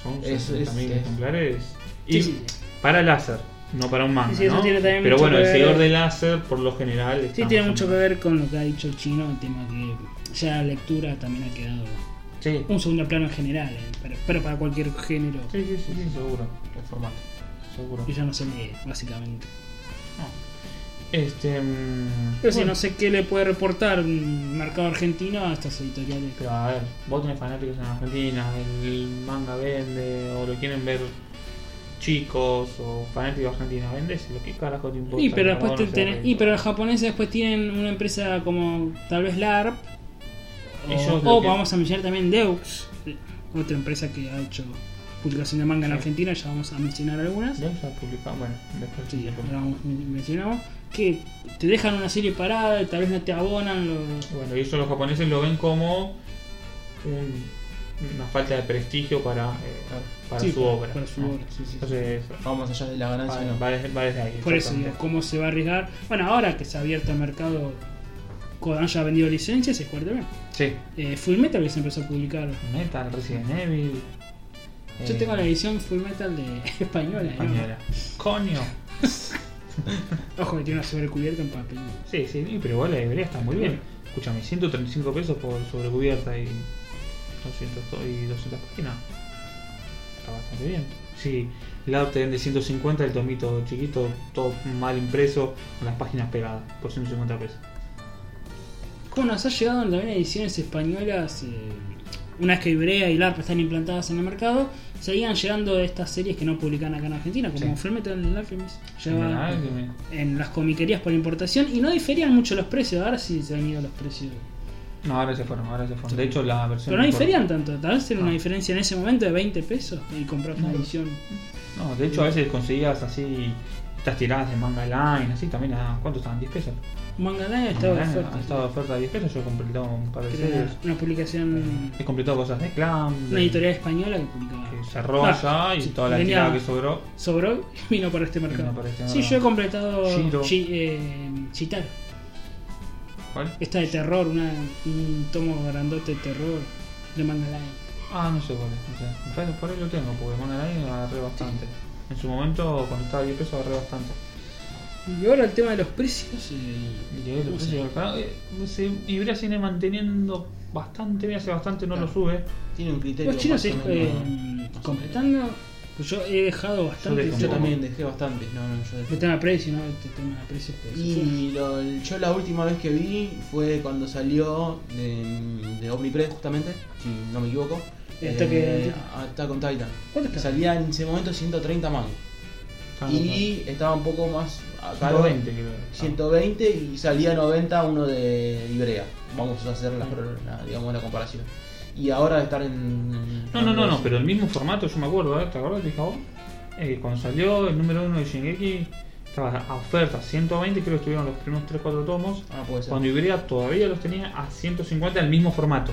A: Son
C: Es-
A: 60.000
C: es-
A: ejemplares.
B: Sí,
A: Y
B: sí, sí.
A: para láser, no para un manga.
B: Sí, sí, eso
A: ¿no?
B: tiene también
A: Pero
B: mucho
A: bueno,
B: que
A: el
B: ver.
A: seguidor de láser, por lo general.
B: Sí,
A: está
B: tiene
A: más o
B: mucho que
A: menos-
B: ver con lo que ha dicho el chino, el tema que ya la lectura también ha quedado
A: Sí.
B: un segundo plano en general, eh, pero, pero para cualquier género.
A: Sí, sí, sí, sí, seguro.
C: el formato.
A: Seguro.
B: que ya no se lee, básicamente.
A: No. Este. mm,
B: Pero sí,
A: bueno.
B: no sé qué le puede reportar un mercado argentino a estas editoriales.
A: Pero a ver, vos tenés fanáticos en Argentina, el manga vende, o lo quieren ver chicos, o fanáticos argentinos, vendes, lo que carajo te importa.
B: Y pero
A: El
B: después te
A: mercado no se va
B: tenés-
A: a
B: y
A: reír.
B: pero los japoneses después tienen una empresa como tal vez LARP. O,
A: Ellos lo
B: o
A: que-
B: vamos a mencionar también Deux, otra empresa que ha hecho publicación de manga en
A: Sí.
B: Argentina, ya vamos a mencionar algunas.
A: Ya está publicado, bueno, después
B: Sí,
A: sí,
B: ahora vamos- men- mencionamos. Que te dejan una serie parada, y tal vez no te abonan. lo-
A: Bueno, y eso los japoneses lo ven como un- una falta de prestigio para, eh,
C: Claro.
A: para
B: sí,
A: su obra. Ah.
B: Para su
A: ¿no?
B: obra, sí, sí, sí.
A: Entonces,
C: Vamos allá de la ganancia,
A: va,
C: Ah, no.
A: va desde, va desde ahí.
B: Por eso digo,
A: exactamente.
B: ¿cómo se va a arriesgar? Bueno, ahora que se ha abierto el mercado, Kodan ya ha vendido licencias, se juega también.
A: Sí,
B: Eh, Full Metal que se empezó a publicar.
A: Metal, Resident Evil.
B: Yo
A: eh,
B: tengo la edición Full Metal de española. ¿no?
A: española. Coño.
B: Ojo, que tiene una sobrecubierta en papel.
A: Sí, sí, y pero igual la hebrea está muy bien. Escúchame, 135 pesos por sobrecubierta y 200, to- y 200 páginas. Está bastante bien. Sí, la te vende 150, el tomito chiquito, todo mal impreso, con las páginas pegadas, por 150 pesos.
B: ¿Cómo nos ha llegado también ediciones españolas? eh, una vez que Ibrea y LARP están implantadas en el mercado, seguían llegando estas series que no publican acá en Argentina, como
A: Sí.
B: Full Metal en Alchemist.
A: Mirá,
B: Llegaba
A: que me-
B: en las comiquerías por importación y no diferían mucho los precios. Ahora sí se han ido los precios.
A: No, ahora se fueron, ahora se fueron. De hecho, la versión.
B: Pero no
A: import-
B: diferían tanto, tal vez era una
A: No.
B: diferencia en ese momento de 20 pesos y comprar una
A: No.
B: edición.
A: No, de hecho, a veces conseguías así. Estas tiradas de manga line, así también, a, ah, ¿cuánto estaban? 10 pesos.
B: Manga Dai ha estado
A: Ah,
B: de
A: Ha
B: oferta.
A: estado de oferta de 10 pesos, yo he completado un par de
B: Creo que
A: series.
B: era una publicación,
A: He completado cosas de clan.
B: una editorial española que publicaba.
A: Que cerró allá y
B: sí,
A: toda la
B: venía-
A: tirada que sobró.
B: Sobró y vino para este mercado.
A: para este
B: sí,
A: mercado.
B: yo he completado
A: Shiro.
B: Chi- eh, Chitaro.
A: ¿Cuál?
B: Esta de terror, una, un tomo grandote de terror de Manga Dai.
A: Ah, no sé cuál es. No sé. Me parece- Por ahí lo tengo, porque con el aire agarré bastante. En su momento, cuando estaba a 10 pesos, agarré bastante.
B: Y ahora el tema de los precios. eh,
A: Llegué al
B: No
A: precio
B: sé.
A: y al carajo. Eh, se- Ibrea sigue manteniendo bastante, bien, hace bastante no
C: Claro.
A: lo sube.
C: Tiene un criterio.
B: los chinos
C: más
B: es,
C: o menos-
B: eh, completando. Pues yo he dejado bastante.
A: dejé
B: el
A: un
C: Yo
A: poco.
B: tema-
C: también dejé bastantes. No, no, yo dejé.
B: El tema de precios, ¿no? Este tema de precios. que se
C: Y lo- yo la última vez que vi fue cuando salió de, de Omnipress, justamente, si no me equivoco.
B: Attack
C: eh,
B: on
C: Attack on Titan.
B: ¿Cuánto está? Ah,
C: Salía en ese momento 130 mangos. Y estaba un poco más a caro.
A: 120, creo.
C: 120 y salía 90 uno de Ibrea. Vamos a hacer la, la- digamos, la comparación. Y ahora de estar en.
A: No, no, no, no, pero el mismo formato, yo me acuerdo, ¿eh? ¿te acuerdas, dije vos? Eh, cuando salió el número 1 de Shingeki, estaba a oferta 120, creo que estuvieron los primeros 3-4 tomos.
C: Ah, puede ser.
A: Cuando Ibrea todavía los tenía a 150, el mismo formato.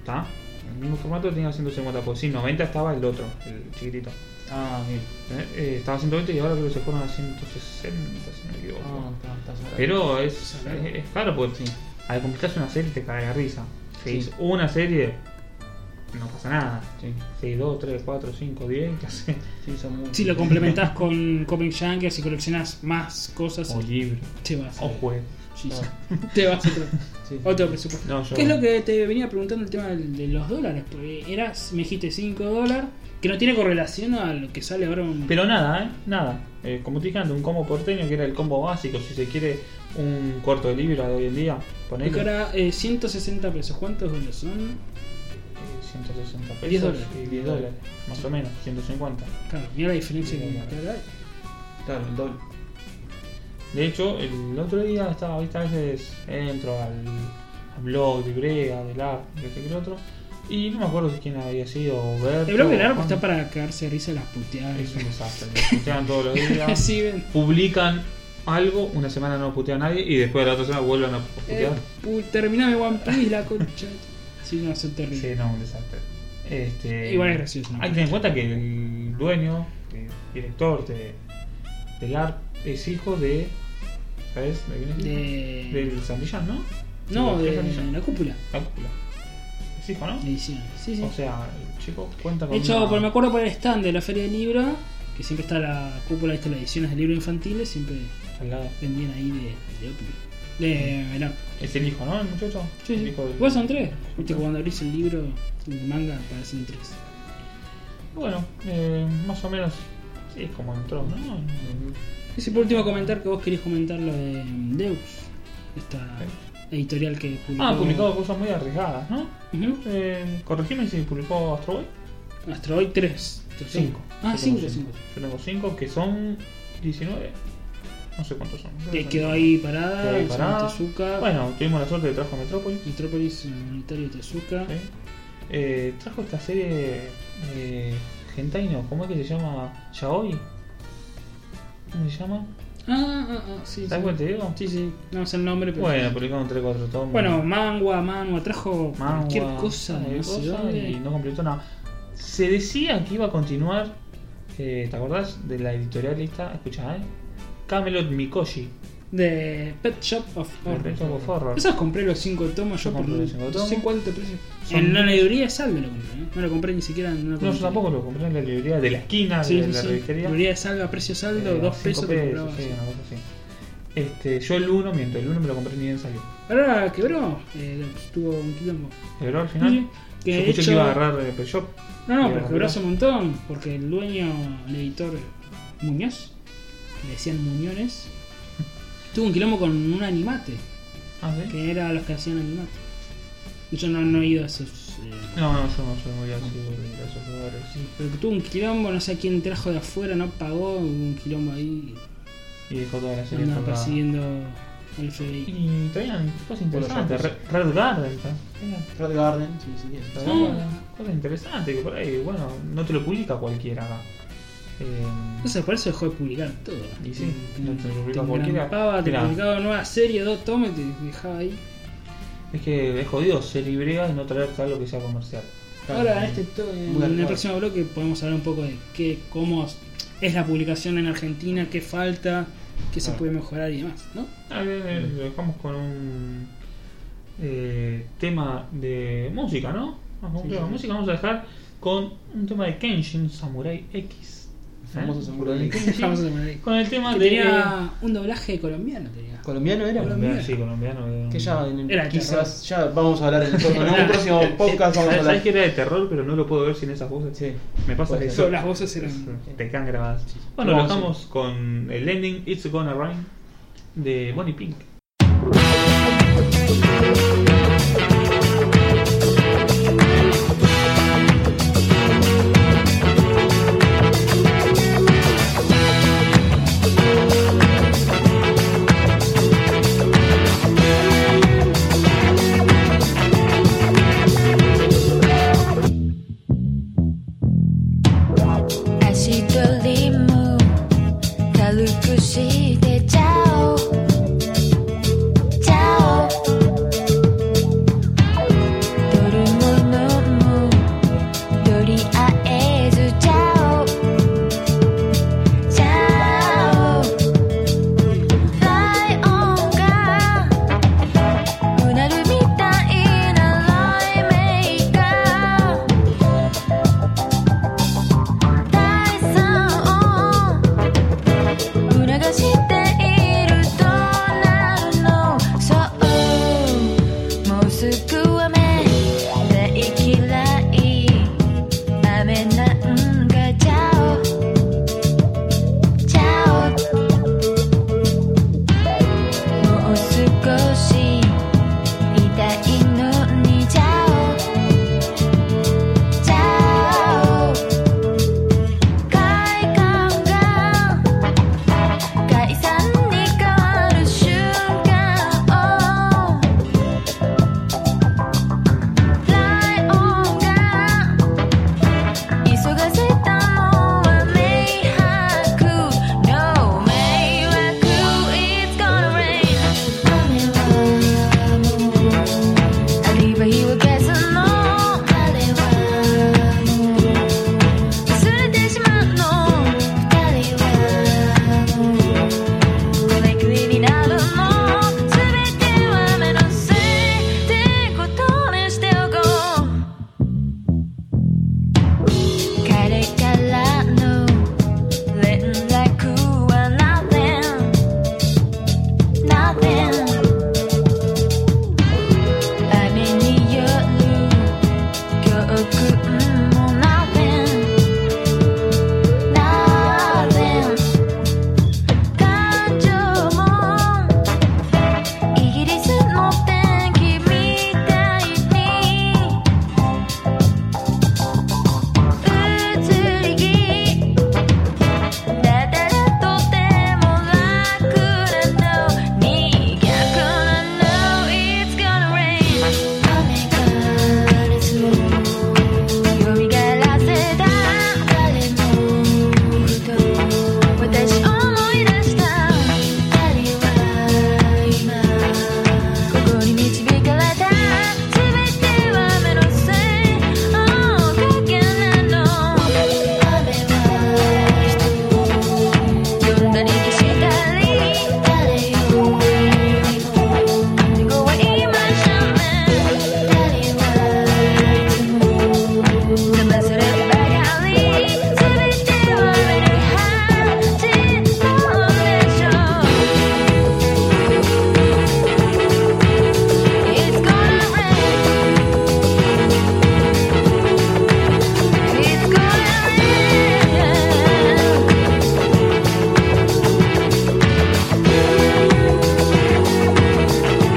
A: ¿Está? El mismo formato tenía 150, porque sí, 90 estaba el otro, el chiquitito.
C: Ah, bien.
A: ¿eh? Eh, estaba a 120 y ahora creo que se fueron a 160, si no me equivoco.
C: Ah, está- está cerrado.
A: Pero es,
B: Claro.
A: es, es caro pues. porque
C: Sí.
A: al completarse una serie te cae la risa. Si
C: Sí.
A: es una serie, no pasa nada.
C: Sí,
A: Si 2, 3, 4, 5, 10, ¿qué haces?
C: sí, son muy.
B: Si lo complementás con Comic Junkie, si coleccionás más cosas,
A: O libro,
B: te vas. a-
A: o juego.
B: Sí, sí.
C: Claro.
B: Te vas a otro,
C: Sí, sí.
B: otro presupuesto.
A: No, yo-
B: ¿Qué es lo que te venía preguntando el tema del- de los dólares? Porque eras, me dijiste 5 dólares, que no tiene correlación a lo que sale ahora un.
A: Pero nada, ¿eh? Nada. Eh, como te dije antes, un combo porteño que era el combo básico, si se quiere un cuarto de libra de hoy en día,
B: Porque
A: ponele eh,
B: ahora eh, 160 pesos, ¿cuántos dólares son?
A: 160 eh, pesos
B: 10 dólares.
A: y 10 dólares, más o menos, 150.
B: Claro, mira la diferencia que
A: Sí,
B: hay.
C: Claro, el doble.
A: De hecho, el otro día estaba, viste, a veces entro al, al blog de Ibrea, del ARP, de este que el otro, y no me acuerdo si quién había sido, Berto.
B: El blog del
A: o
B: arco
A: Juan.
B: está para cagarse de risa las puteadas.
A: Es un desastre, me putean todos los días.
B: Sí, ven.
A: publican algo, una semana no putea a nadie y después de la otra semana vuelven a
B: Eh,
A: putear.
B: pu- terminame One Piece, la concha. Sí, no, son terribles.
A: Sí, no, un desastre. Este,
B: Igual es gracioso, ¿no?
A: Hay que tener en cuenta que el dueño, el director de, del ARP, es hijo de. ¿Sabes? ¿De quién es?
B: De-
A: Del Santillán, ¿no?
B: No,
A: Sí,
B: de
A: Santillán.
B: la cúpula.
A: La cúpula. Es hijo, ¿no?
B: La edición. Sí, sí.
A: O sea, el chico cuenta con.
B: de hecho,
A: una-
B: por, me acuerdo por el stand de la Feria del Libro, que siempre está la cúpula de las ediciones de libros infantiles, siempre
A: al lado.
B: vendían ahí de, de Opus. De Velar.
A: Es el hijo, ¿no? El muchacho.
B: Sí,
A: Mm. El
B: sí.
A: hijo del-
B: Igual son tres. Viste, cuando abrís el libro, el manga, aparecen tres.
A: Bueno, eh, más o menos. Sí, es como entró, ¿no?
B: Y si por último comentar que vos querías comentar lo de mm, Deus, esta editorial que publicó.
A: Ah, publicado cosas muy arriesgadas, ¿no?
B: Ujú.
A: Eh, corregime si publicó Astro Boy.
B: Asteroid 3.
A: 5.
B: Ah, 5, 5.
A: Yo tengo 5 que son 19. No sé cuántos son.
B: Que Eh, quedó ahí parada,
A: Quedó ahí
B: en
A: parada.
B: Tezuka.
A: Bueno, tuvimos la suerte de trajo Metrópolis.
B: Metrópolis, en Unitario Tezuka.
A: ¿sí? Eh, trajo esta serie eh, Hentai no, ¿cómo es que se llama? Yaoi. ¿Cómo se llama?
B: Ah, ah, ah, sí.
A: ¿Sabes
B: sí.
A: cuál te digo?
B: Sí, sí, no sé el nombre, pero.
A: Bueno, publicaron 3, 4 tomos.
B: Bueno, mangua, mangua, trajo
A: Manga,
B: cualquier cosa,
A: cualquier
B: no sé
A: cosa,
B: dónde.
A: y no completó nada. Se decía que iba a continuar, eh, ¿te acordás? De la editorial esta, escuchá, ¿eh? Camelot Mikoshi,
B: De Pet Shop of
A: de
B: Horror.
A: Pet Shop of Horror.
B: Esos compré los 5 tomos, yo
A: Yo
B: por
A: compré los cinco
B: no sé
A: tomos.
B: cuánto precio.
A: Son-
B: En la librería Salve lo compré, ¿eh? no lo compré ni siquiera en una
A: No, yo
B: comiquería.
A: tampoco lo compré en la librería de la esquina
B: Sí,
A: de
B: sí,
A: la
B: sí.
A: revistería.
B: Librería de saldo a precio saldo,
A: Eh,
B: 2
A: cinco
B: pesos, te comprabas.
A: sí, una cosa así. Este, yo el 1, miento, el 1 me lo compré ni bien salió.
B: Ahora quebró, eh, tuvo un quilombo.
A: ¿Quebró al final?
B: Sí, que
A: yo
B: de
A: escuché
B: hecho-
A: que iba a agarrar eh, Pet Shop. Iba
B: No, no,
A: a
B: pero
A: agarrar.
B: quebró hace un montón, porque el dueño, el editor Muñoz, que le decían Muñones, tuvo un quilombo con un animate,
A: Ah, ¿sí?
B: que era los que hacían animate. Yo no, no he ido a esos. eh,
A: No, no, yo no soy muy así de ir a esos lugares.
B: Pero que tuvo un quilombo, no sé quién trajo de afuera, no pagó, hubo un quilombo ahí,
A: Y dejó toda la serie
B: andaban
A: atrapada.
B: persiguiendo al FBI.
A: Y traían cosas interesantes.
C: Bueno,
A: Red Red Garden está.
C: Red Garden, sí, sí, sí.
A: Traían Cosas interesantes que por ahí, bueno, no te lo publica cualquiera acá. Eh,
B: Entonces por eso dejó de publicar todo.
A: Y sí, no te publicaba
B: te
A: cualquiera.
B: engrampaba, te
A: Mirá.
B: publicaba nueva serie, dos tomes, te dejaba ahí.
A: es que es jodido ser librea y no traer algo que sea comercial.
B: Ahora, este, to-
C: Muy
B: en el
C: actual.
B: próximo bloque podemos hablar un poco de qué, cómo es la publicación en Argentina, qué falta, qué se
A: Ah.
B: puede mejorar y demás, ¿no?
A: Ah, bien, bien, lo dejamos con un eh, tema de música, ¿no? Vamos con un
C: Sí,
A: tema de
C: sí.
A: música, vamos a dejar con un tema de Kenshin Samurai X.
C: El famoso
A: ¿Eh?
C: Samurai
A: Con el
C: X.
A: Kenshin,
B: Vamos a terminar ahí.
A: con el tema
B: Que
A: de.
B: tenía eh, un doblaje colombiano, tenía.
C: ¿Colombiano era?
A: Colombiano, sí, colombiano. era un-
C: Que ya, en el-
B: Era
C: quizás, ya vamos a hablar en el próximo, en un próximo podcast. Vamos a
A: ¿Sabes, sabes
C: hablar.
A: que era de terror, pero no lo puedo ver sin esas voces?
C: Sí.
A: Me pasa
C: Puede
A: eso.
B: Todas las voces eran.
A: Te quedan grabadas. Bueno, lo
C: Vamos a-
A: dejamos con el ending It's Gonna Rain de Bonnie Pink.
D: 足取りも軽くしてちゃおちゃお取るものもとりあえずちゃおちゃおライオンがうなるみたいなライメイカー大さを促しているとなるのそうもうすぐ雨大嫌い雨なんかちゃおちゃおもう少し痛いのにちゃおちゃお快感が解散に変わる瞬間をライオンが急がせたのは迷惑 No 迷惑 It's gonna rain 雨はもうアリバイを消すの彼はもう忘れてしまうの二人はもうこめくりになるの全ては目のせいってことにしておこう彼からの連絡は nothing nothing 雨による教訓も nothing Nothing 感情もイギリスの天気みたいに移り気だからとても楽なのに逆なの It's gonna rain 雨がれそうよみがえらせた誰もふと私思い出した二人は今ここに導かれた全ては雨のせいおかげなの雨は呼んだり消したり誰よりも手ごわいましたね誰はいつも騙されるばかり全ては目に入ったのでしょう It's gonna rain. It's gonna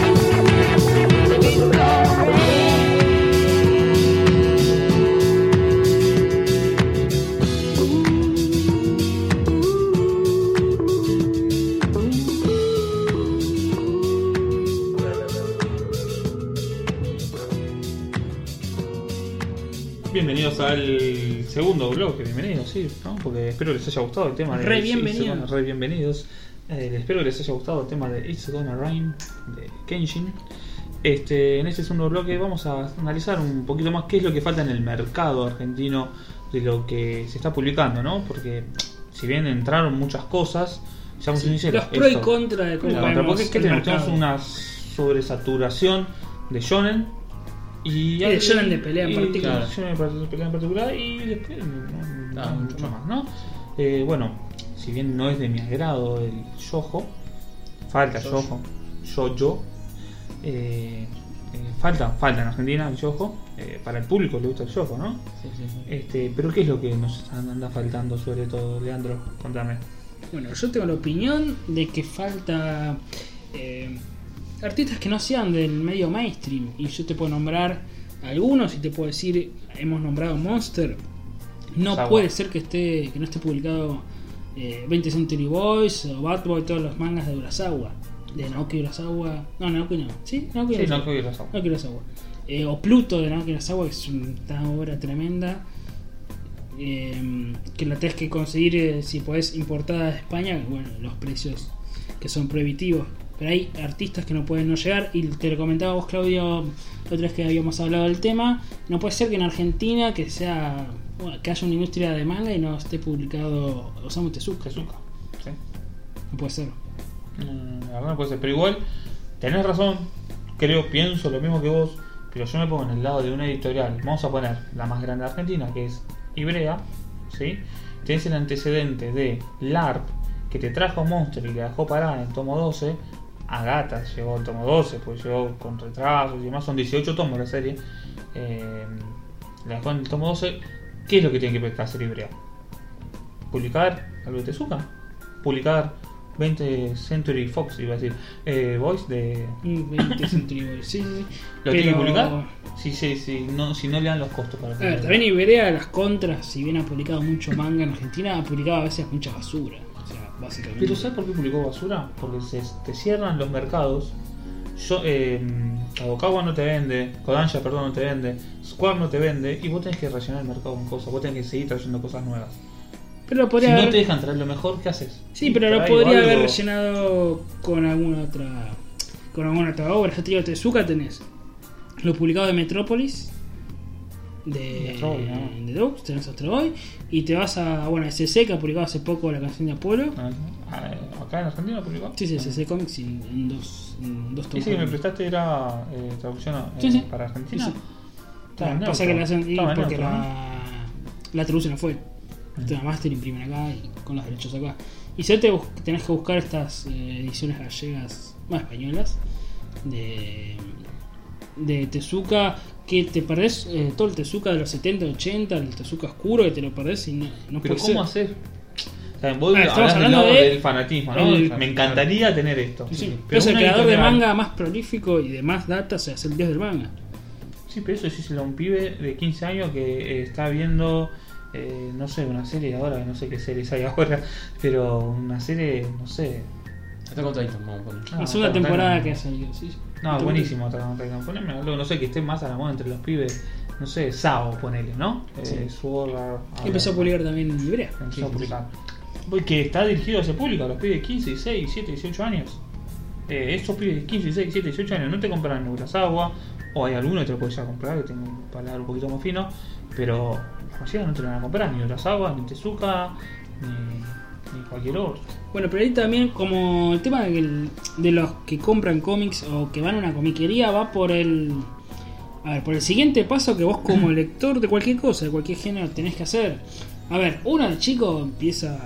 D: rain. It's gonna rain.
A: Bienvenidos al el segundo bloque, bienvenidos, sí, ¿no? Porque espero que les haya gustado el tema de
B: Re
A: It's
B: bienvenidos.
A: Gonna- re bienvenidos. Eh, espero que les haya gustado el tema de It's Gonna Rain de Kenshin. Este, en este segundo bloque vamos a analizar un poquito más qué es lo que falta en el mercado argentino de lo que se está publicando, ¿no? Porque si bien entraron muchas cosas, seamos
B: Sí,
A: sinceros,
B: los pros y
A: esto-
B: contras de cómo
A: Claro,
B: vemos
A: porque es que
B: el
A: tenemos,
B: mercado.
A: tenemos una sobresaturación de shonen y,
B: Y de shonen de pelea en
A: y-
B: particular.
A: claro, shonen de par- de pelea en particular y después no, no
C: Ah,
A: mucho,
C: mucho
A: más, ¿no? Eh, bueno, si bien no es de mi agrado el yojo, falta
C: Shoujo.
A: yojo, yo yo, eh, eh, falta, falta en Argentina el yojo, eh, para el público le gusta el yojo, ¿no?
C: Sí, sí, sí.
A: Este, pero ¿qué es lo que nos anda faltando sobre todo, Leandro? Contame.
B: Bueno, yo tengo la opinión de que falta eh, artistas que no sean del medio mainstream. Y yo te puedo nombrar algunos y te puedo decir, hemos nombrado Monster. No
A: Sawa.
B: puede ser que esté que no esté publicado eh, 20 Century Boys o Bad Boy, todos los mangas de Urasawa. De Naoki Urasawa. No, Naoki no. ¿Sí? Naoki
A: Sí,
B: Urasawa.
A: no, que lo saco.
B: Naoki Urasawa. Eh, o Pluto de Naoki Urasawa, que es una obra tremenda. eh, que la tenés que conseguir eh, si podés importada de España. Bueno, los precios que son prohibitivos. Pero hay artistas que no pueden no llegar. Y te lo comentaba vos, Claudio, la otra vez que habíamos hablado del tema. No puede ser que en Argentina que sea bueno, que haya una industria de manga y no esté publicado Osamu Tezuka.
A: Tezuka, sí.
B: No puede ser.
A: Mm, La verdad no puede ser, pero igual tenés razón, creo, pienso lo mismo que vos, pero yo me pongo en el lado de una editorial. Vamos a poner la más grande de Argentina, que es Ibrea, ¿sí? Tenés el antecedente de LARP, que te trajo Monster y la dejó parada en tomo 12. Agata llegó al tomo 12, pues llegó con retrasos y demás, son 18 tomos la serie. Eh, la dejó en el tomo 12. ¿Qué es lo que tiene que hacer Ibrea? publicar algo de Tezuka, publicar 20 Century Fox, iba a decir, eh, Voice de.
B: Un 20 Century Boys. Sí, sí, sí.
A: ¿Lo tiene que
B: Pero- Eh,
A: publicar? Sí, sí, sí, no, si no le dan los costos para
B: A ver,
A: publicarlo.
B: también Iberia las contras, si bien ha publicado mucho manga en Argentina, ha publicado a veces mucha basura. O sea, básicamente.
A: Pero ¿sabes por qué publicó basura? Porque se te cierran los mercados. Yo, eh, Kadokawa no te vende, Kodansha, perdón, no te vende, Square no te vende, y vos tenés que rellenar el mercado con cosas, vos tenés que seguir trayendo cosas nuevas.
B: Pero lo podría
A: si
B: haber...
A: no te dejan traer lo mejor, ¿qué haces?
B: Sí, pero lo
A: Traigo
B: podría haber
A: algo-
B: rellenado con alguna otra con alguna otra obra. Yo te digo, Tezuka tenés lo publicado de Metrópolis de
A: Astro Boy, ¿no?
B: de Dogs, tenés Astro Boy y te vas a bueno, SC que ha publicado hace poco la canción de Apolo.
A: Ah, ah, ¿Acá en Argentina publicó?
B: Sí, sí, SC Comics en, en dos en dos tomos.
A: Ese que me prestaste era eh, traducción a-
B: Sí,
A: eh,
B: sí.
A: para Argentina.
B: Sí, sí.
A: Estaba
B: Claro,
A: en
B: pasa
A: neutro.
B: que la hacen y
A: Estaba en
B: porque
A: neutro, ¿no?
B: la, la traducen afuera. Esto es una master, imprimen acá y con los derechos acá. Y si no te bus- tenés que buscar estas eh, ediciones gallegas, más españolas, de, de Tezuka, que te perdés eh, todo el Tezuka de los 70, 80, el Tezuka oscuro, que te lo perdés y no, no
A: Pero
B: puede
A: ¿cómo
B: ser.
A: hacer? O sea, vos
B: Ah, estamos
A: hablás del
B: hablando
A: lado
B: de-
A: del fanatismo, ¿no?
B: el-
A: Me encantaría tener esto.
B: Sí, sí.
A: Pero
B: Pero es el
A: una
B: creador de
A: editorial-
B: manga más prolífico y de más data, o sea, es el dios del manga.
A: Sí, pero eso sí a un pibe de 15 años que eh, está viendo, eh, no sé, una serie ahora, no sé qué series hay ahora, pero una serie, no sé.
C: Está con Titan, vamos a poner.
A: Ah,
B: es
A: Attack
B: una
A: on
B: temporada
A: Titan.
B: que ha salido, sí. sí.
A: No,
B: Entonces,
A: buenísimo Attack on Titan. Poneme algo, no sé, que esté más a la moda entre los pibes. No sé, Sao, ponele, ¿no? Eh, Sword Art-
B: Empezó a publicar también en Ibrea.
A: empezó a publicar. Voy, Que está dirigido a ese público, a los pibes de 15, 16, 17, 18 años. Eh, esos pibes de 15, 16, 17, 18 años no te compran Neurasagua, o hay alguno que te lo puedes ya comprar, que tengo un paladar un poquito más fino, pero la mayoría no te lo van a comprar, ni Neurasagua, ni Tezuka, ni, ni cualquier otro.
B: Bueno, pero ahí también como el tema del- de los que compran cómics o que van a una comiquería va por el... A ver, por el siguiente paso que vos como lector de cualquier cosa, de cualquier género, tenés que hacer. A ver, uno de chico empieza,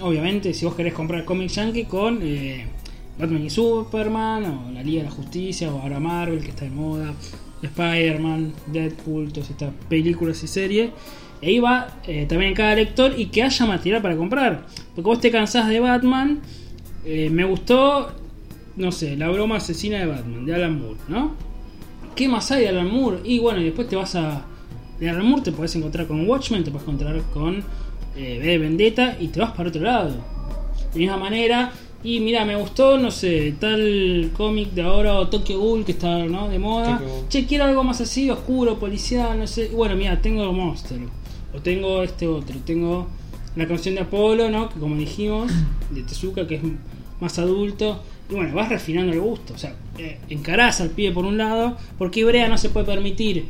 B: obviamente, si vos querés comprar cómics yankee con eh, Batman y Superman, o la Liga de la Justicia, o ahora Marvel, que está de moda, Spider-Man, Deadpool, todas estas películas y series. Y ahí va eh, también en cada lector y que haya material para comprar. Porque vos te cansás de Batman, eh, me gustó, no sé, la broma asesina de Batman, de Alan Moore, ¿no? ¿Qué más hay de Alan Moore? Y bueno, y después te vas a. De Alan Moore te podés encontrar con Watchmen, te podés encontrar con eh, V de Vendetta y te vas para otro lado. De misma manera, y mira, me gustó, no sé, tal cómic de ahora o Tokyo Ghoul que está ¿no? de moda.
A: Tokyo Ghoul.
B: Che, quiero algo más así, oscuro, policial, no sé. Y Bueno, mira, tengo Monster. O o tengo este otro, tengo la canción de Apolo, ¿no? Que como dijimos, de Tezuka, que es m- más adulto. Y bueno, vas refinando el gusto. O sea, eh, encarás al pibe por un lado, porque Ibrea no se puede permitir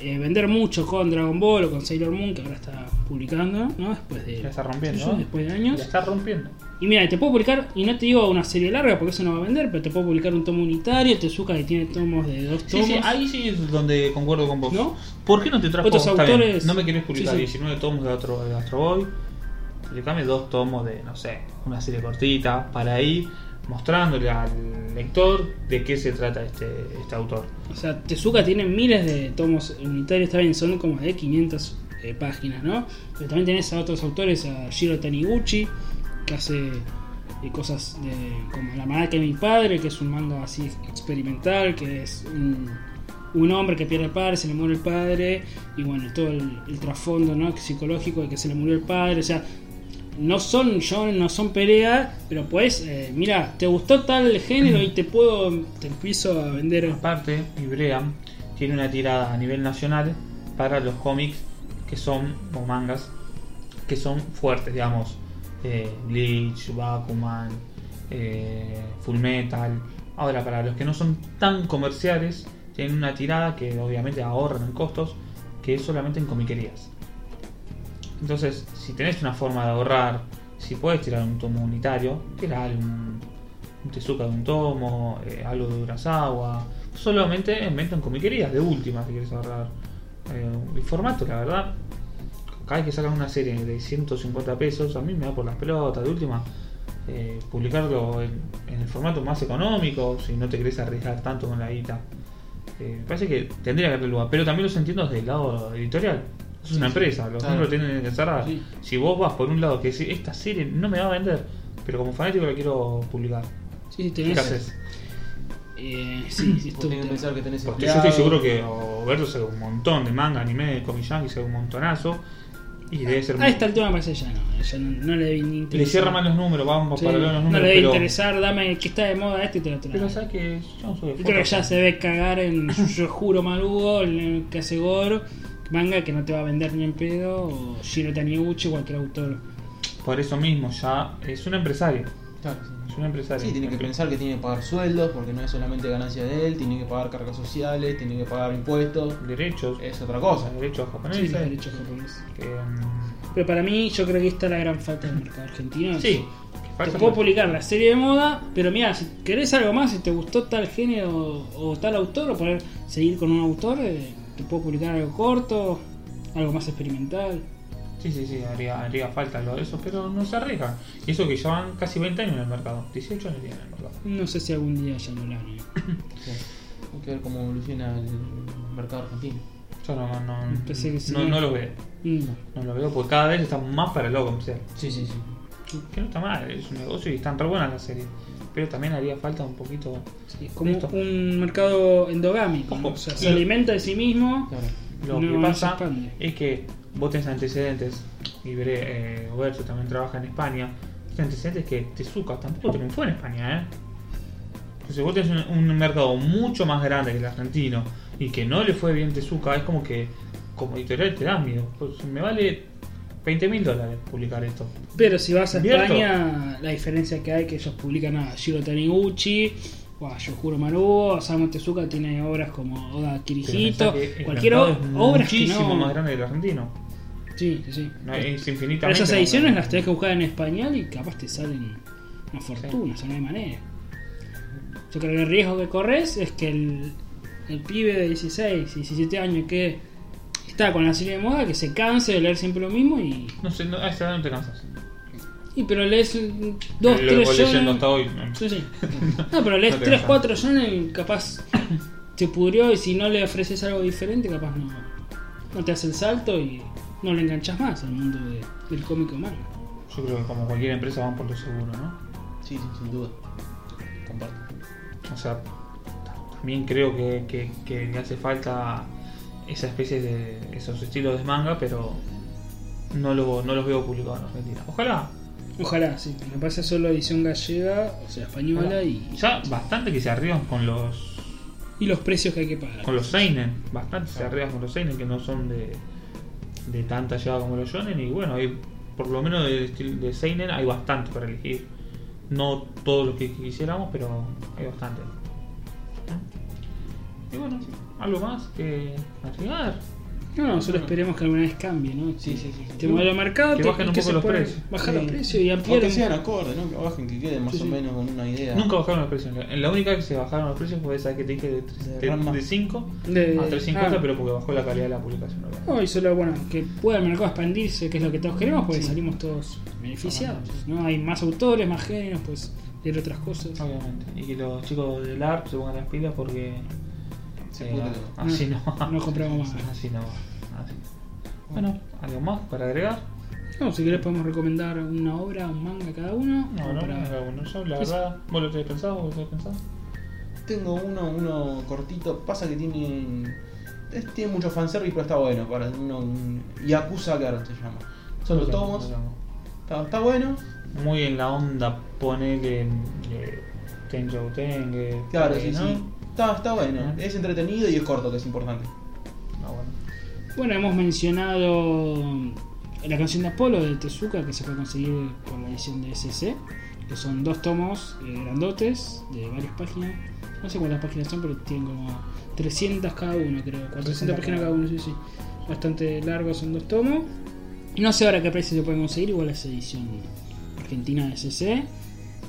B: eh, vender mucho con Dragon Ball o con Sailor Moon, que ahora está publicando, ¿no? Después de,
A: Ya está rompiendo,
B: sí,
A: ¿no?
B: después de
A: La
B: años.
A: está rompiendo.
B: Y mira, te puedo publicar, y no te digo una serie larga porque eso no va a vender, pero te puedo publicar un tomo unitario, Tezuka que tiene tomos de dos
A: Sí,
B: tomos.
A: sí, ahí sí es donde concuerdo con vos.
B: ¿No?
A: ¿Por qué no te trajo
B: Otros
A: está bien,
B: autores-
A: No me querés publicar
B: Sí, sí.
A: 19 tomos de, otro, de Astro Boy. Publicame dos tomos de, no sé, una serie cortita para ir mostrándole al lector de qué se trata este, este autor.
B: O sea, Tezuka tiene miles de tomos unitarios, está bien, son como de 500 eh, páginas, ¿no? Pero también tenés a otros autores, a Shiro Taniguchi, que hace eh, cosas de, como La Madre de mi padre, que es un manga así experimental, que es un, un hombre que pierde el padre, se le muere el padre, y bueno, todo el, el trasfondo ¿no? psicológico de que se le murió el padre, o sea, no son yo no son peleas, pero pues, eh, mira, te gustó tal género y te puedo, te empiezo a vender
A: Aparte, Ibrea tiene una tirada a nivel nacional para los cómics que son, o mangas, que son fuertes, digamos. Eh, Bleach, Bakuman, eh, Full Metal. Ahora, para los que no son tan comerciales, tienen una tirada que obviamente ahorran en costos, que es solamente en comiquerías. Entonces, si tenés una forma de ahorrar, si puedes tirar un tomo unitario, tirar un, un Tezuka de un tomo, eh, algo de Urasawa, solamente en venta en comiquerías, de última, si quieres ahorrar. Eh, el formato, la verdad, cada vez que sacan una serie de 150 pesos, a mí me da por las pelotas, de última. eh, publicarlo en, en el formato más económico, si no te querés arriesgar tanto con la guita. Eh, me parece que tendría que haber lugar, pero también los entiendo desde el lado editorial. Es una
C: Sí, sí.
A: empresa, los
C: Claro.
A: números tienen que cerrar.
C: Sí.
A: Si vos vas por un lado que decís, esta serie no me va a vender, pero como fanático la quiero publicar,
B: Sí, sí,
A: ¿qué
B: tenés.
A: haces?
B: Eh, sí, sí, esto.
C: Tenés que pensar que tenés este
A: Porque yo estoy seguro que Oberto sabe un montón de manga, anime, comic que sabe un montonazo. Y debe
C: Ah,
A: ser
B: A esta altura me parece ya no, ya no, no le debe ni
A: Le
B: interesar.
A: cierra mal los números, vamos
B: Sí,
A: para hablar los
B: No
A: números.
B: le debe
A: pero,
B: interesar, dame que está de moda este y te lo traigo.
A: pero sabes que yo no soy de
B: Yo creo que
A: fotos.
B: ya se ve cagar en Yo Juro Marugo, en el que hace Goro, manga que no te va a vender ni en pedo, o Shiro Taniguchi, cualquier autor.
A: Por eso mismo, ya es un empresario.
C: Claro, sí.
A: Es un empresario.
C: Sí, tiene que pensar que tiene que pagar sueldos, porque no es solamente ganancia de él, tiene que pagar cargas sociales, tiene que pagar impuestos,
A: Derechos,
C: es otra cosa.
A: derechos
B: Sí,
A: japoneses.
B: los derechos Ah, japoneses.
A: que, mm,
B: Pero para mí, yo creo que esta es la gran falta del mercado argentino.
A: sí,
B: Te
A: falta-
B: puedo publicar la serie de moda, pero mira, si querés algo más, si te gustó tal género o tal autor, o poder seguir con un autor, eh, te puedo publicar algo corto, algo más experimental.
A: Sí, sí, sí, haría, haría falta lo de eso, pero no se arriesgan. Y eso que ya van casi 20 años en el mercado, 18 años tienen en el mercado.
B: No sé si algún día ya lo harán. eh.
C: Sí. Hay que ver cómo evoluciona el mercado argentino.
A: Yo no, no, no,
B: Pensé que sí.
A: no, no lo veo.
B: No.
A: No lo veo porque cada vez están más para lo comercial.
C: Sí, sí, sí.
A: Que no está mal, es un negocio y están re buenas las series. Pero también haría falta un poquito
B: Sí, como
A: Listo.
B: un mercado endogámico, ¿no? o sea, se
A: Y-
B: alimenta de sí mismo.
C: Claro.
A: Lo
B: No,
A: que
B: no se
A: pasa
B: expande.
A: es que vos tenés antecedentes, y veré, eh, Roberto también trabaja en España, tenés antecedentes que Tezuka tampoco triunfó en España, ¿eh? Entonces vos tenés un, un mercado mucho más grande que el argentino y que no le fue bien Tezuka, es como que como editorial te da miedo. Pues, me vale 20 mil dólares publicar esto.
B: Pero si vas a
A: Invierto.
B: España, la diferencia que hay es que ellos publican a Shiro Taniguchi, o a Yoshiro Maruo, Osamu Tezuka tiene obras como Oda
A: Pero pensá
B: Kirihito,
A: que el
B: cualquier
A: mercado
B: obra
A: es
B: obras que
A: muchísimo
B: no...
A: más grande que el argentino.
B: Sí, sí, sí.
A: No, es infinitamente.
B: Pero esas
A: más
B: ediciones
A: grande.
B: las tenés que buscar en español y capaz te salen una fortuna, o sea, no hay manera. Yo creo que el riesgo que corres es que el, el pibe de 16, 17 años que está con la serie de moda, que se canse de leer siempre lo mismo y...
A: No sé, no, a esa edad no te cansas.
B: y pero lees mm, dos,
A: Lo vengo
B: tres
A: leyendo
B: shonen...
A: hasta hoy.
B: Sí, sí. No, pero lees
A: No te
B: 3,
A: cansas.
B: 4 shonen y capaz se pudrió y si no le ofreces algo diferente, capaz no, no te hace el salto y no le enganchas más al mundo de- del cómico humano.
A: Yo creo que como cualquier empresa van por lo seguro, ¿no?
C: Sí, sí, sin duda. Comparto.
A: O sea, también creo que, que- que le hace falta esa especie de esos estilos de manga, pero no, lo, no los veo publicados en Argentina. Ojalá.
B: Ojalá, sí. Me pasa solo edición gallega, o sea, española y,
A: Ya bastante que se arriesgan con los
B: y los precios que hay que pagar.
A: con los seinen, bastante se arriesgan con los seinen que no son de de tanta llevada como los shonen y bueno, hay, por lo menos de, estil- de seinen hay bastante para elegir. No todos los que quisiéramos, pero hay bastante. Y bueno, algo más que agregar.
B: No, no, solo esperemos que alguna vez cambie, ¿no?
C: Sí, sí, sí, sí.
B: Este modelo de mercado
A: Que
B: te-
A: bajen un poco los
B: puedan
A: precios.
B: Bajar
C: Sí.
B: los precios y
C: O que
B: ampliar.
C: sean acordes, ¿no? Que bajen, que queden más
B: Sí,
C: o
B: sí.
C: menos con una idea.
A: Nunca bajaron los precios. La- La única que se bajaron los precios fue esa que te dije de tres-
C: De
A: de
C: Ranma.
A: de 5
B: De-
A: a 350,
B: ah.
A: pero porque bajó la calidad de la publicación. ¿no?
B: No, y solo, bueno, que pueda el mercado expandirse, que es lo que todos queremos, porque
A: Sí.
B: salimos todos beneficiados. ¿no? Hay más autores, más géneros, pues leer otras cosas.
A: Obviamente. Y que los chicos del ARP se pongan las pilas porque.
C: Se
A: eh,
C: pudre.
A: no, así no.
B: No compramos más.
A: Así no. Así no. Bueno, ¿algo más para agregar?
B: No, si querés podemos recomendar una obra, un manga cada uno.
A: No,
B: o
A: no,
B: para-
A: no, no, yo, la
B: Es-
A: verdad. ¿Vos lo tenés pensado? ¿Vos lo tenés pensado?
C: Tengo uno, uno cortito. Pasa que tiene. es- tiene mucho fanservice, pero está bueno. Para uno, un Yakuza Girl se llama. Son los
A: No,
C: tomos.
A: no, no.
C: Está, está bueno.
A: Muy en la onda, ponele. Eh, Tenjo Tenge.
C: Claro,
A: eh,
C: sí,
A: ¿no?
C: sí. Está, está bueno.
A: Ujú.
C: Es entretenido y es corto, que es importante.
A: Ah, bueno.
B: Bueno, hemos mencionado la canción de Apolo de Tezuka que se puede conseguir con la edición de SC, que son dos tomos eh, grandotes de varias páginas. No sé cuántas páginas son, pero tienen como 300 cada uno, creo. 400 páginas cada uno, sí, sí. Bastante largos son dos tomos. No sé ahora qué precio se pueden conseguir, igual es edición argentina de SC.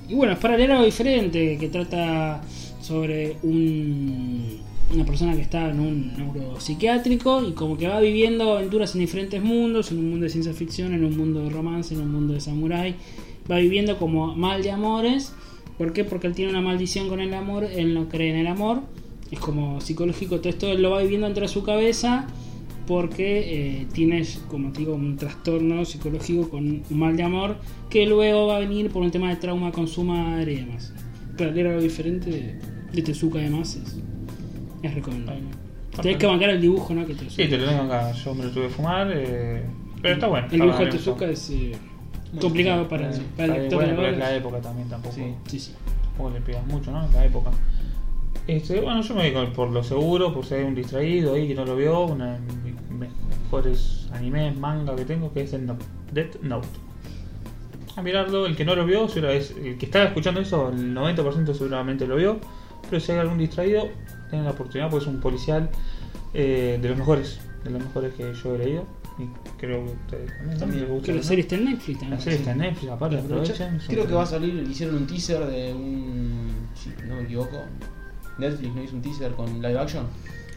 B: Y bueno, es para leer algo diferente, que trata sobre un- una persona que está en un neuropsiquiátrico y como que va viviendo aventuras en diferentes mundos, en un mundo de ciencia ficción, en un mundo de romance, en un mundo de samurái, va viviendo como mal de amores. ¿Por qué? Porque él tiene una maldición con el amor, él no cree en el amor, es como psicológico, todo esto él lo va viviendo dentro de su cabeza porque eh, tienes, como te digo, un trastorno psicológico con un mal de amor que luego va a venir por un tema de trauma con su madre y demás. Pero leer algo diferente de, de Tezuka además es, es recomendable. Tenés que bancar el dibujo, ¿no? Que te
A: Sí, te lo tengo acá. Yo me lo tuve que fumar. Eh, pero está bueno.
B: El dibujo de
A: Está
B: Tezuka
A: bueno.
B: es eh, complicado para,
A: Sí,
B: para
A: está
B: el lector de
A: bueno, pero es la
B: obra.
A: época también, tampoco,
C: Sí.
B: Sí, sí.
A: tampoco le pidas mucho, ¿no? En la época. Este, bueno, yo me voy con- por lo seguro, por si hay un distraído ahí que no lo vio, uno de mis mejores animes, manga que tengo, que es el No- Death Note. A mirarlo, el que no lo vio, seguro es- el que estaba escuchando eso, el 90% seguramente lo vio, pero si hay algún distraído, tienen la oportunidad, porque es un policial eh, de los mejores, de los mejores que yo he leído, y creo que ustedes también,
C: También,
A: les gusta,
B: Que la
A: ¿no?
B: serie está en Netflix también.
A: La serie está en Netflix, aparte aprovechen.
C: Creo que va a salir, hicieron un teaser de un. Si no me equivoco. Netflix no hizo un teaser con live action.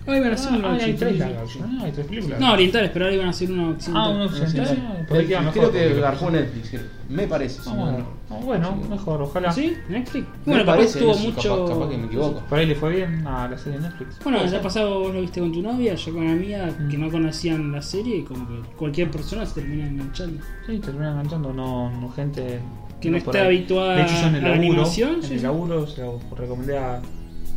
B: Ahí van a hacer uno
A: Ah, hay
B: occidental.
A: tres largas, ¿no? Hay tres películas.
B: No, orientales, pero ahí van a hacer uno
A: Ah,
B: occidental.
A: uno
C: Sí, sí.
A: occidental. Por ahí queda
C: Netflix,
A: mejor.
C: creo que
A: porque-
C: garpó Netflix, creo. me parece.
A: Ah,
C: si
A: bueno,
C: no-
A: Ah, bueno,
C: Sí.
A: mejor, ojalá.
B: ¿Sí? ¿Netflix?
C: Me
B: Bueno, capaz
C: parece,
B: tuvo
C: no sé,
B: mucho.
C: Capaz, capaz que me equivoco.
A: Por ahí le fue bien a la serie de Netflix.
B: Bueno,
C: Puede
B: ya
C: ser.
B: pasado vos lo viste con tu novia, yo con la mía, que
A: Mm.
B: no conocían la serie, y como que cualquier persona se termina enganchando.
A: Sí, termina enganchando no, no gente
B: Que no
A: por
B: está
A: ahí.
B: habituada
A: De hecho, yo en el
B: a la
A: laburo,
B: animación,
A: en
B: sí,
A: el
B: sí.
A: laburo se lo recomendé a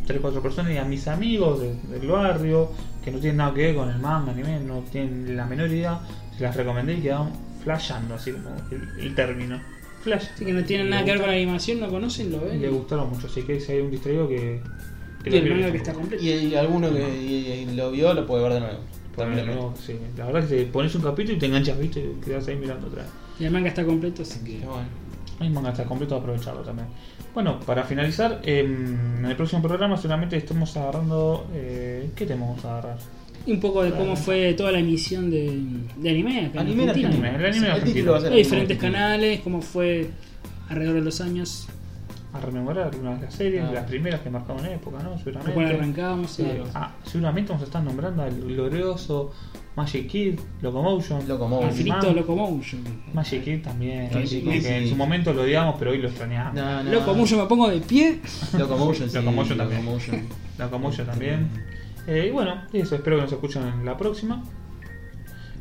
A: 3 4 personas y a mis amigos de- del barrio que no tienen nada que ver con el manga, anime, no tienen la menor idea, se las recomendé y quedaron flashando, así como el, el término. Flash.
B: Así que no tienen
A: Y
B: nada
A: le
B: que ver
A: gusta-
B: con la animación, no conocen, lo
A: Y
B: ven.
A: le gustaron mucho, así que si hay un distraído que. que
B: Y
A: lo
B: el
A: vio,
B: manga
A: tampoco.
B: que está completo.
C: Y, y alguno que y- y lo vio lo puede ver de nuevo.
A: Ponele,
C: También lo meto.
A: no, sí. La verdad es que te pones un capítulo y te enganchas, viste, y quedas ahí mirando atrás.
B: Y el manga está completo, así que.
C: Está bueno.
A: El manga está completo, aprovecharlo también. Bueno, para finalizar, em, en el próximo programa seguramente estamos agarrando. eh, ¿Qué tema vamos a agarrar?
B: Y un poco de cómo
A: Claro.
B: fue toda la emisión de, de anime acá en
C: Anime en
B: Argentina.
A: Anime, el anime
C: El título
A: argentino.
C: va a ser
B: Hay diferentes
C: argentino.
B: canales, cómo fue alrededor de los años,
A: A rememorar algunas de las series,
C: Ah.
A: las primeras que marcaban época, ¿no?
B: por cuál
A: Seguramente.
B: arrancamos. eh, sí.
C: Claro.
A: Ah, seguramente vamos a estar nombrando al glorioso Magic Kid, Locomotion.
C: Locomotion.
B: Infinito
A: Man.
B: Locomotion.
A: Magic Kid también.
B: Magic
A: sí,
B: Kid,
A: porque
C: sí.
A: en su momento lo odiamos, pero hoy lo extrañamos.
C: No, no.
B: Locomotion, me pongo de pie.
C: Locomotion, sí.
A: Locomotion también.
C: Locomotion.
A: La Camoya también. Eh, y bueno, y eso, espero que nos escuchen en la próxima.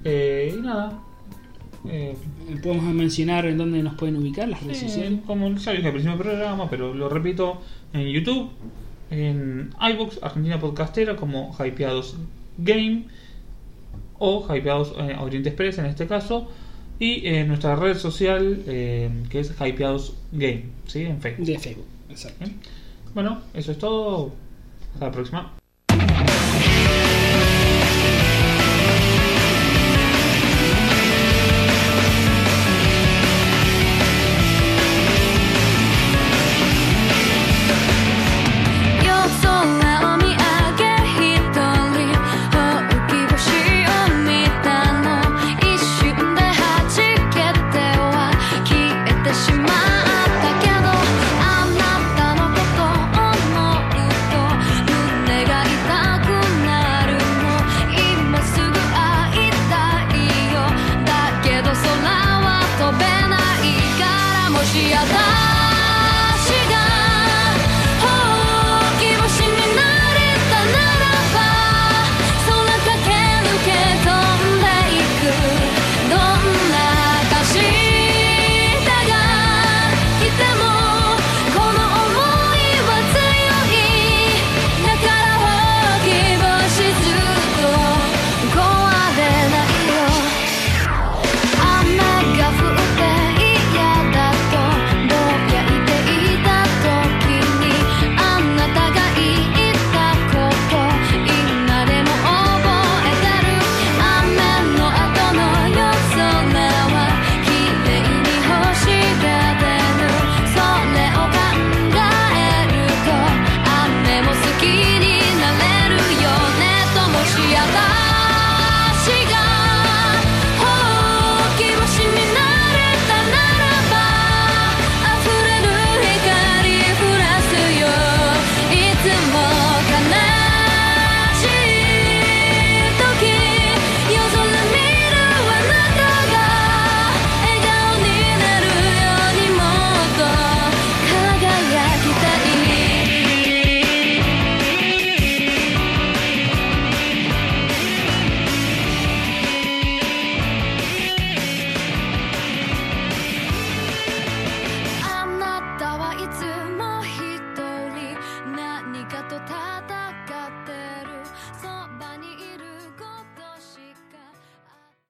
A: Eh, y nada. Eh,
B: Podemos mencionar en dónde nos pueden ubicar las redes
A: eh,
B: sociales.
A: como ya dije al principio del programa, pero lo repito, en YouTube, en iBox, Argentina Podcastera, como Hypeados Game o Hypeados eh, Oriente Express en este caso, y en nuestra red social eh, que es Hypeados Game, ¿sí? En Facebook.
B: De Facebook, exacto.
A: ¿eh? Bueno, eso es todo. Hasta la próxima.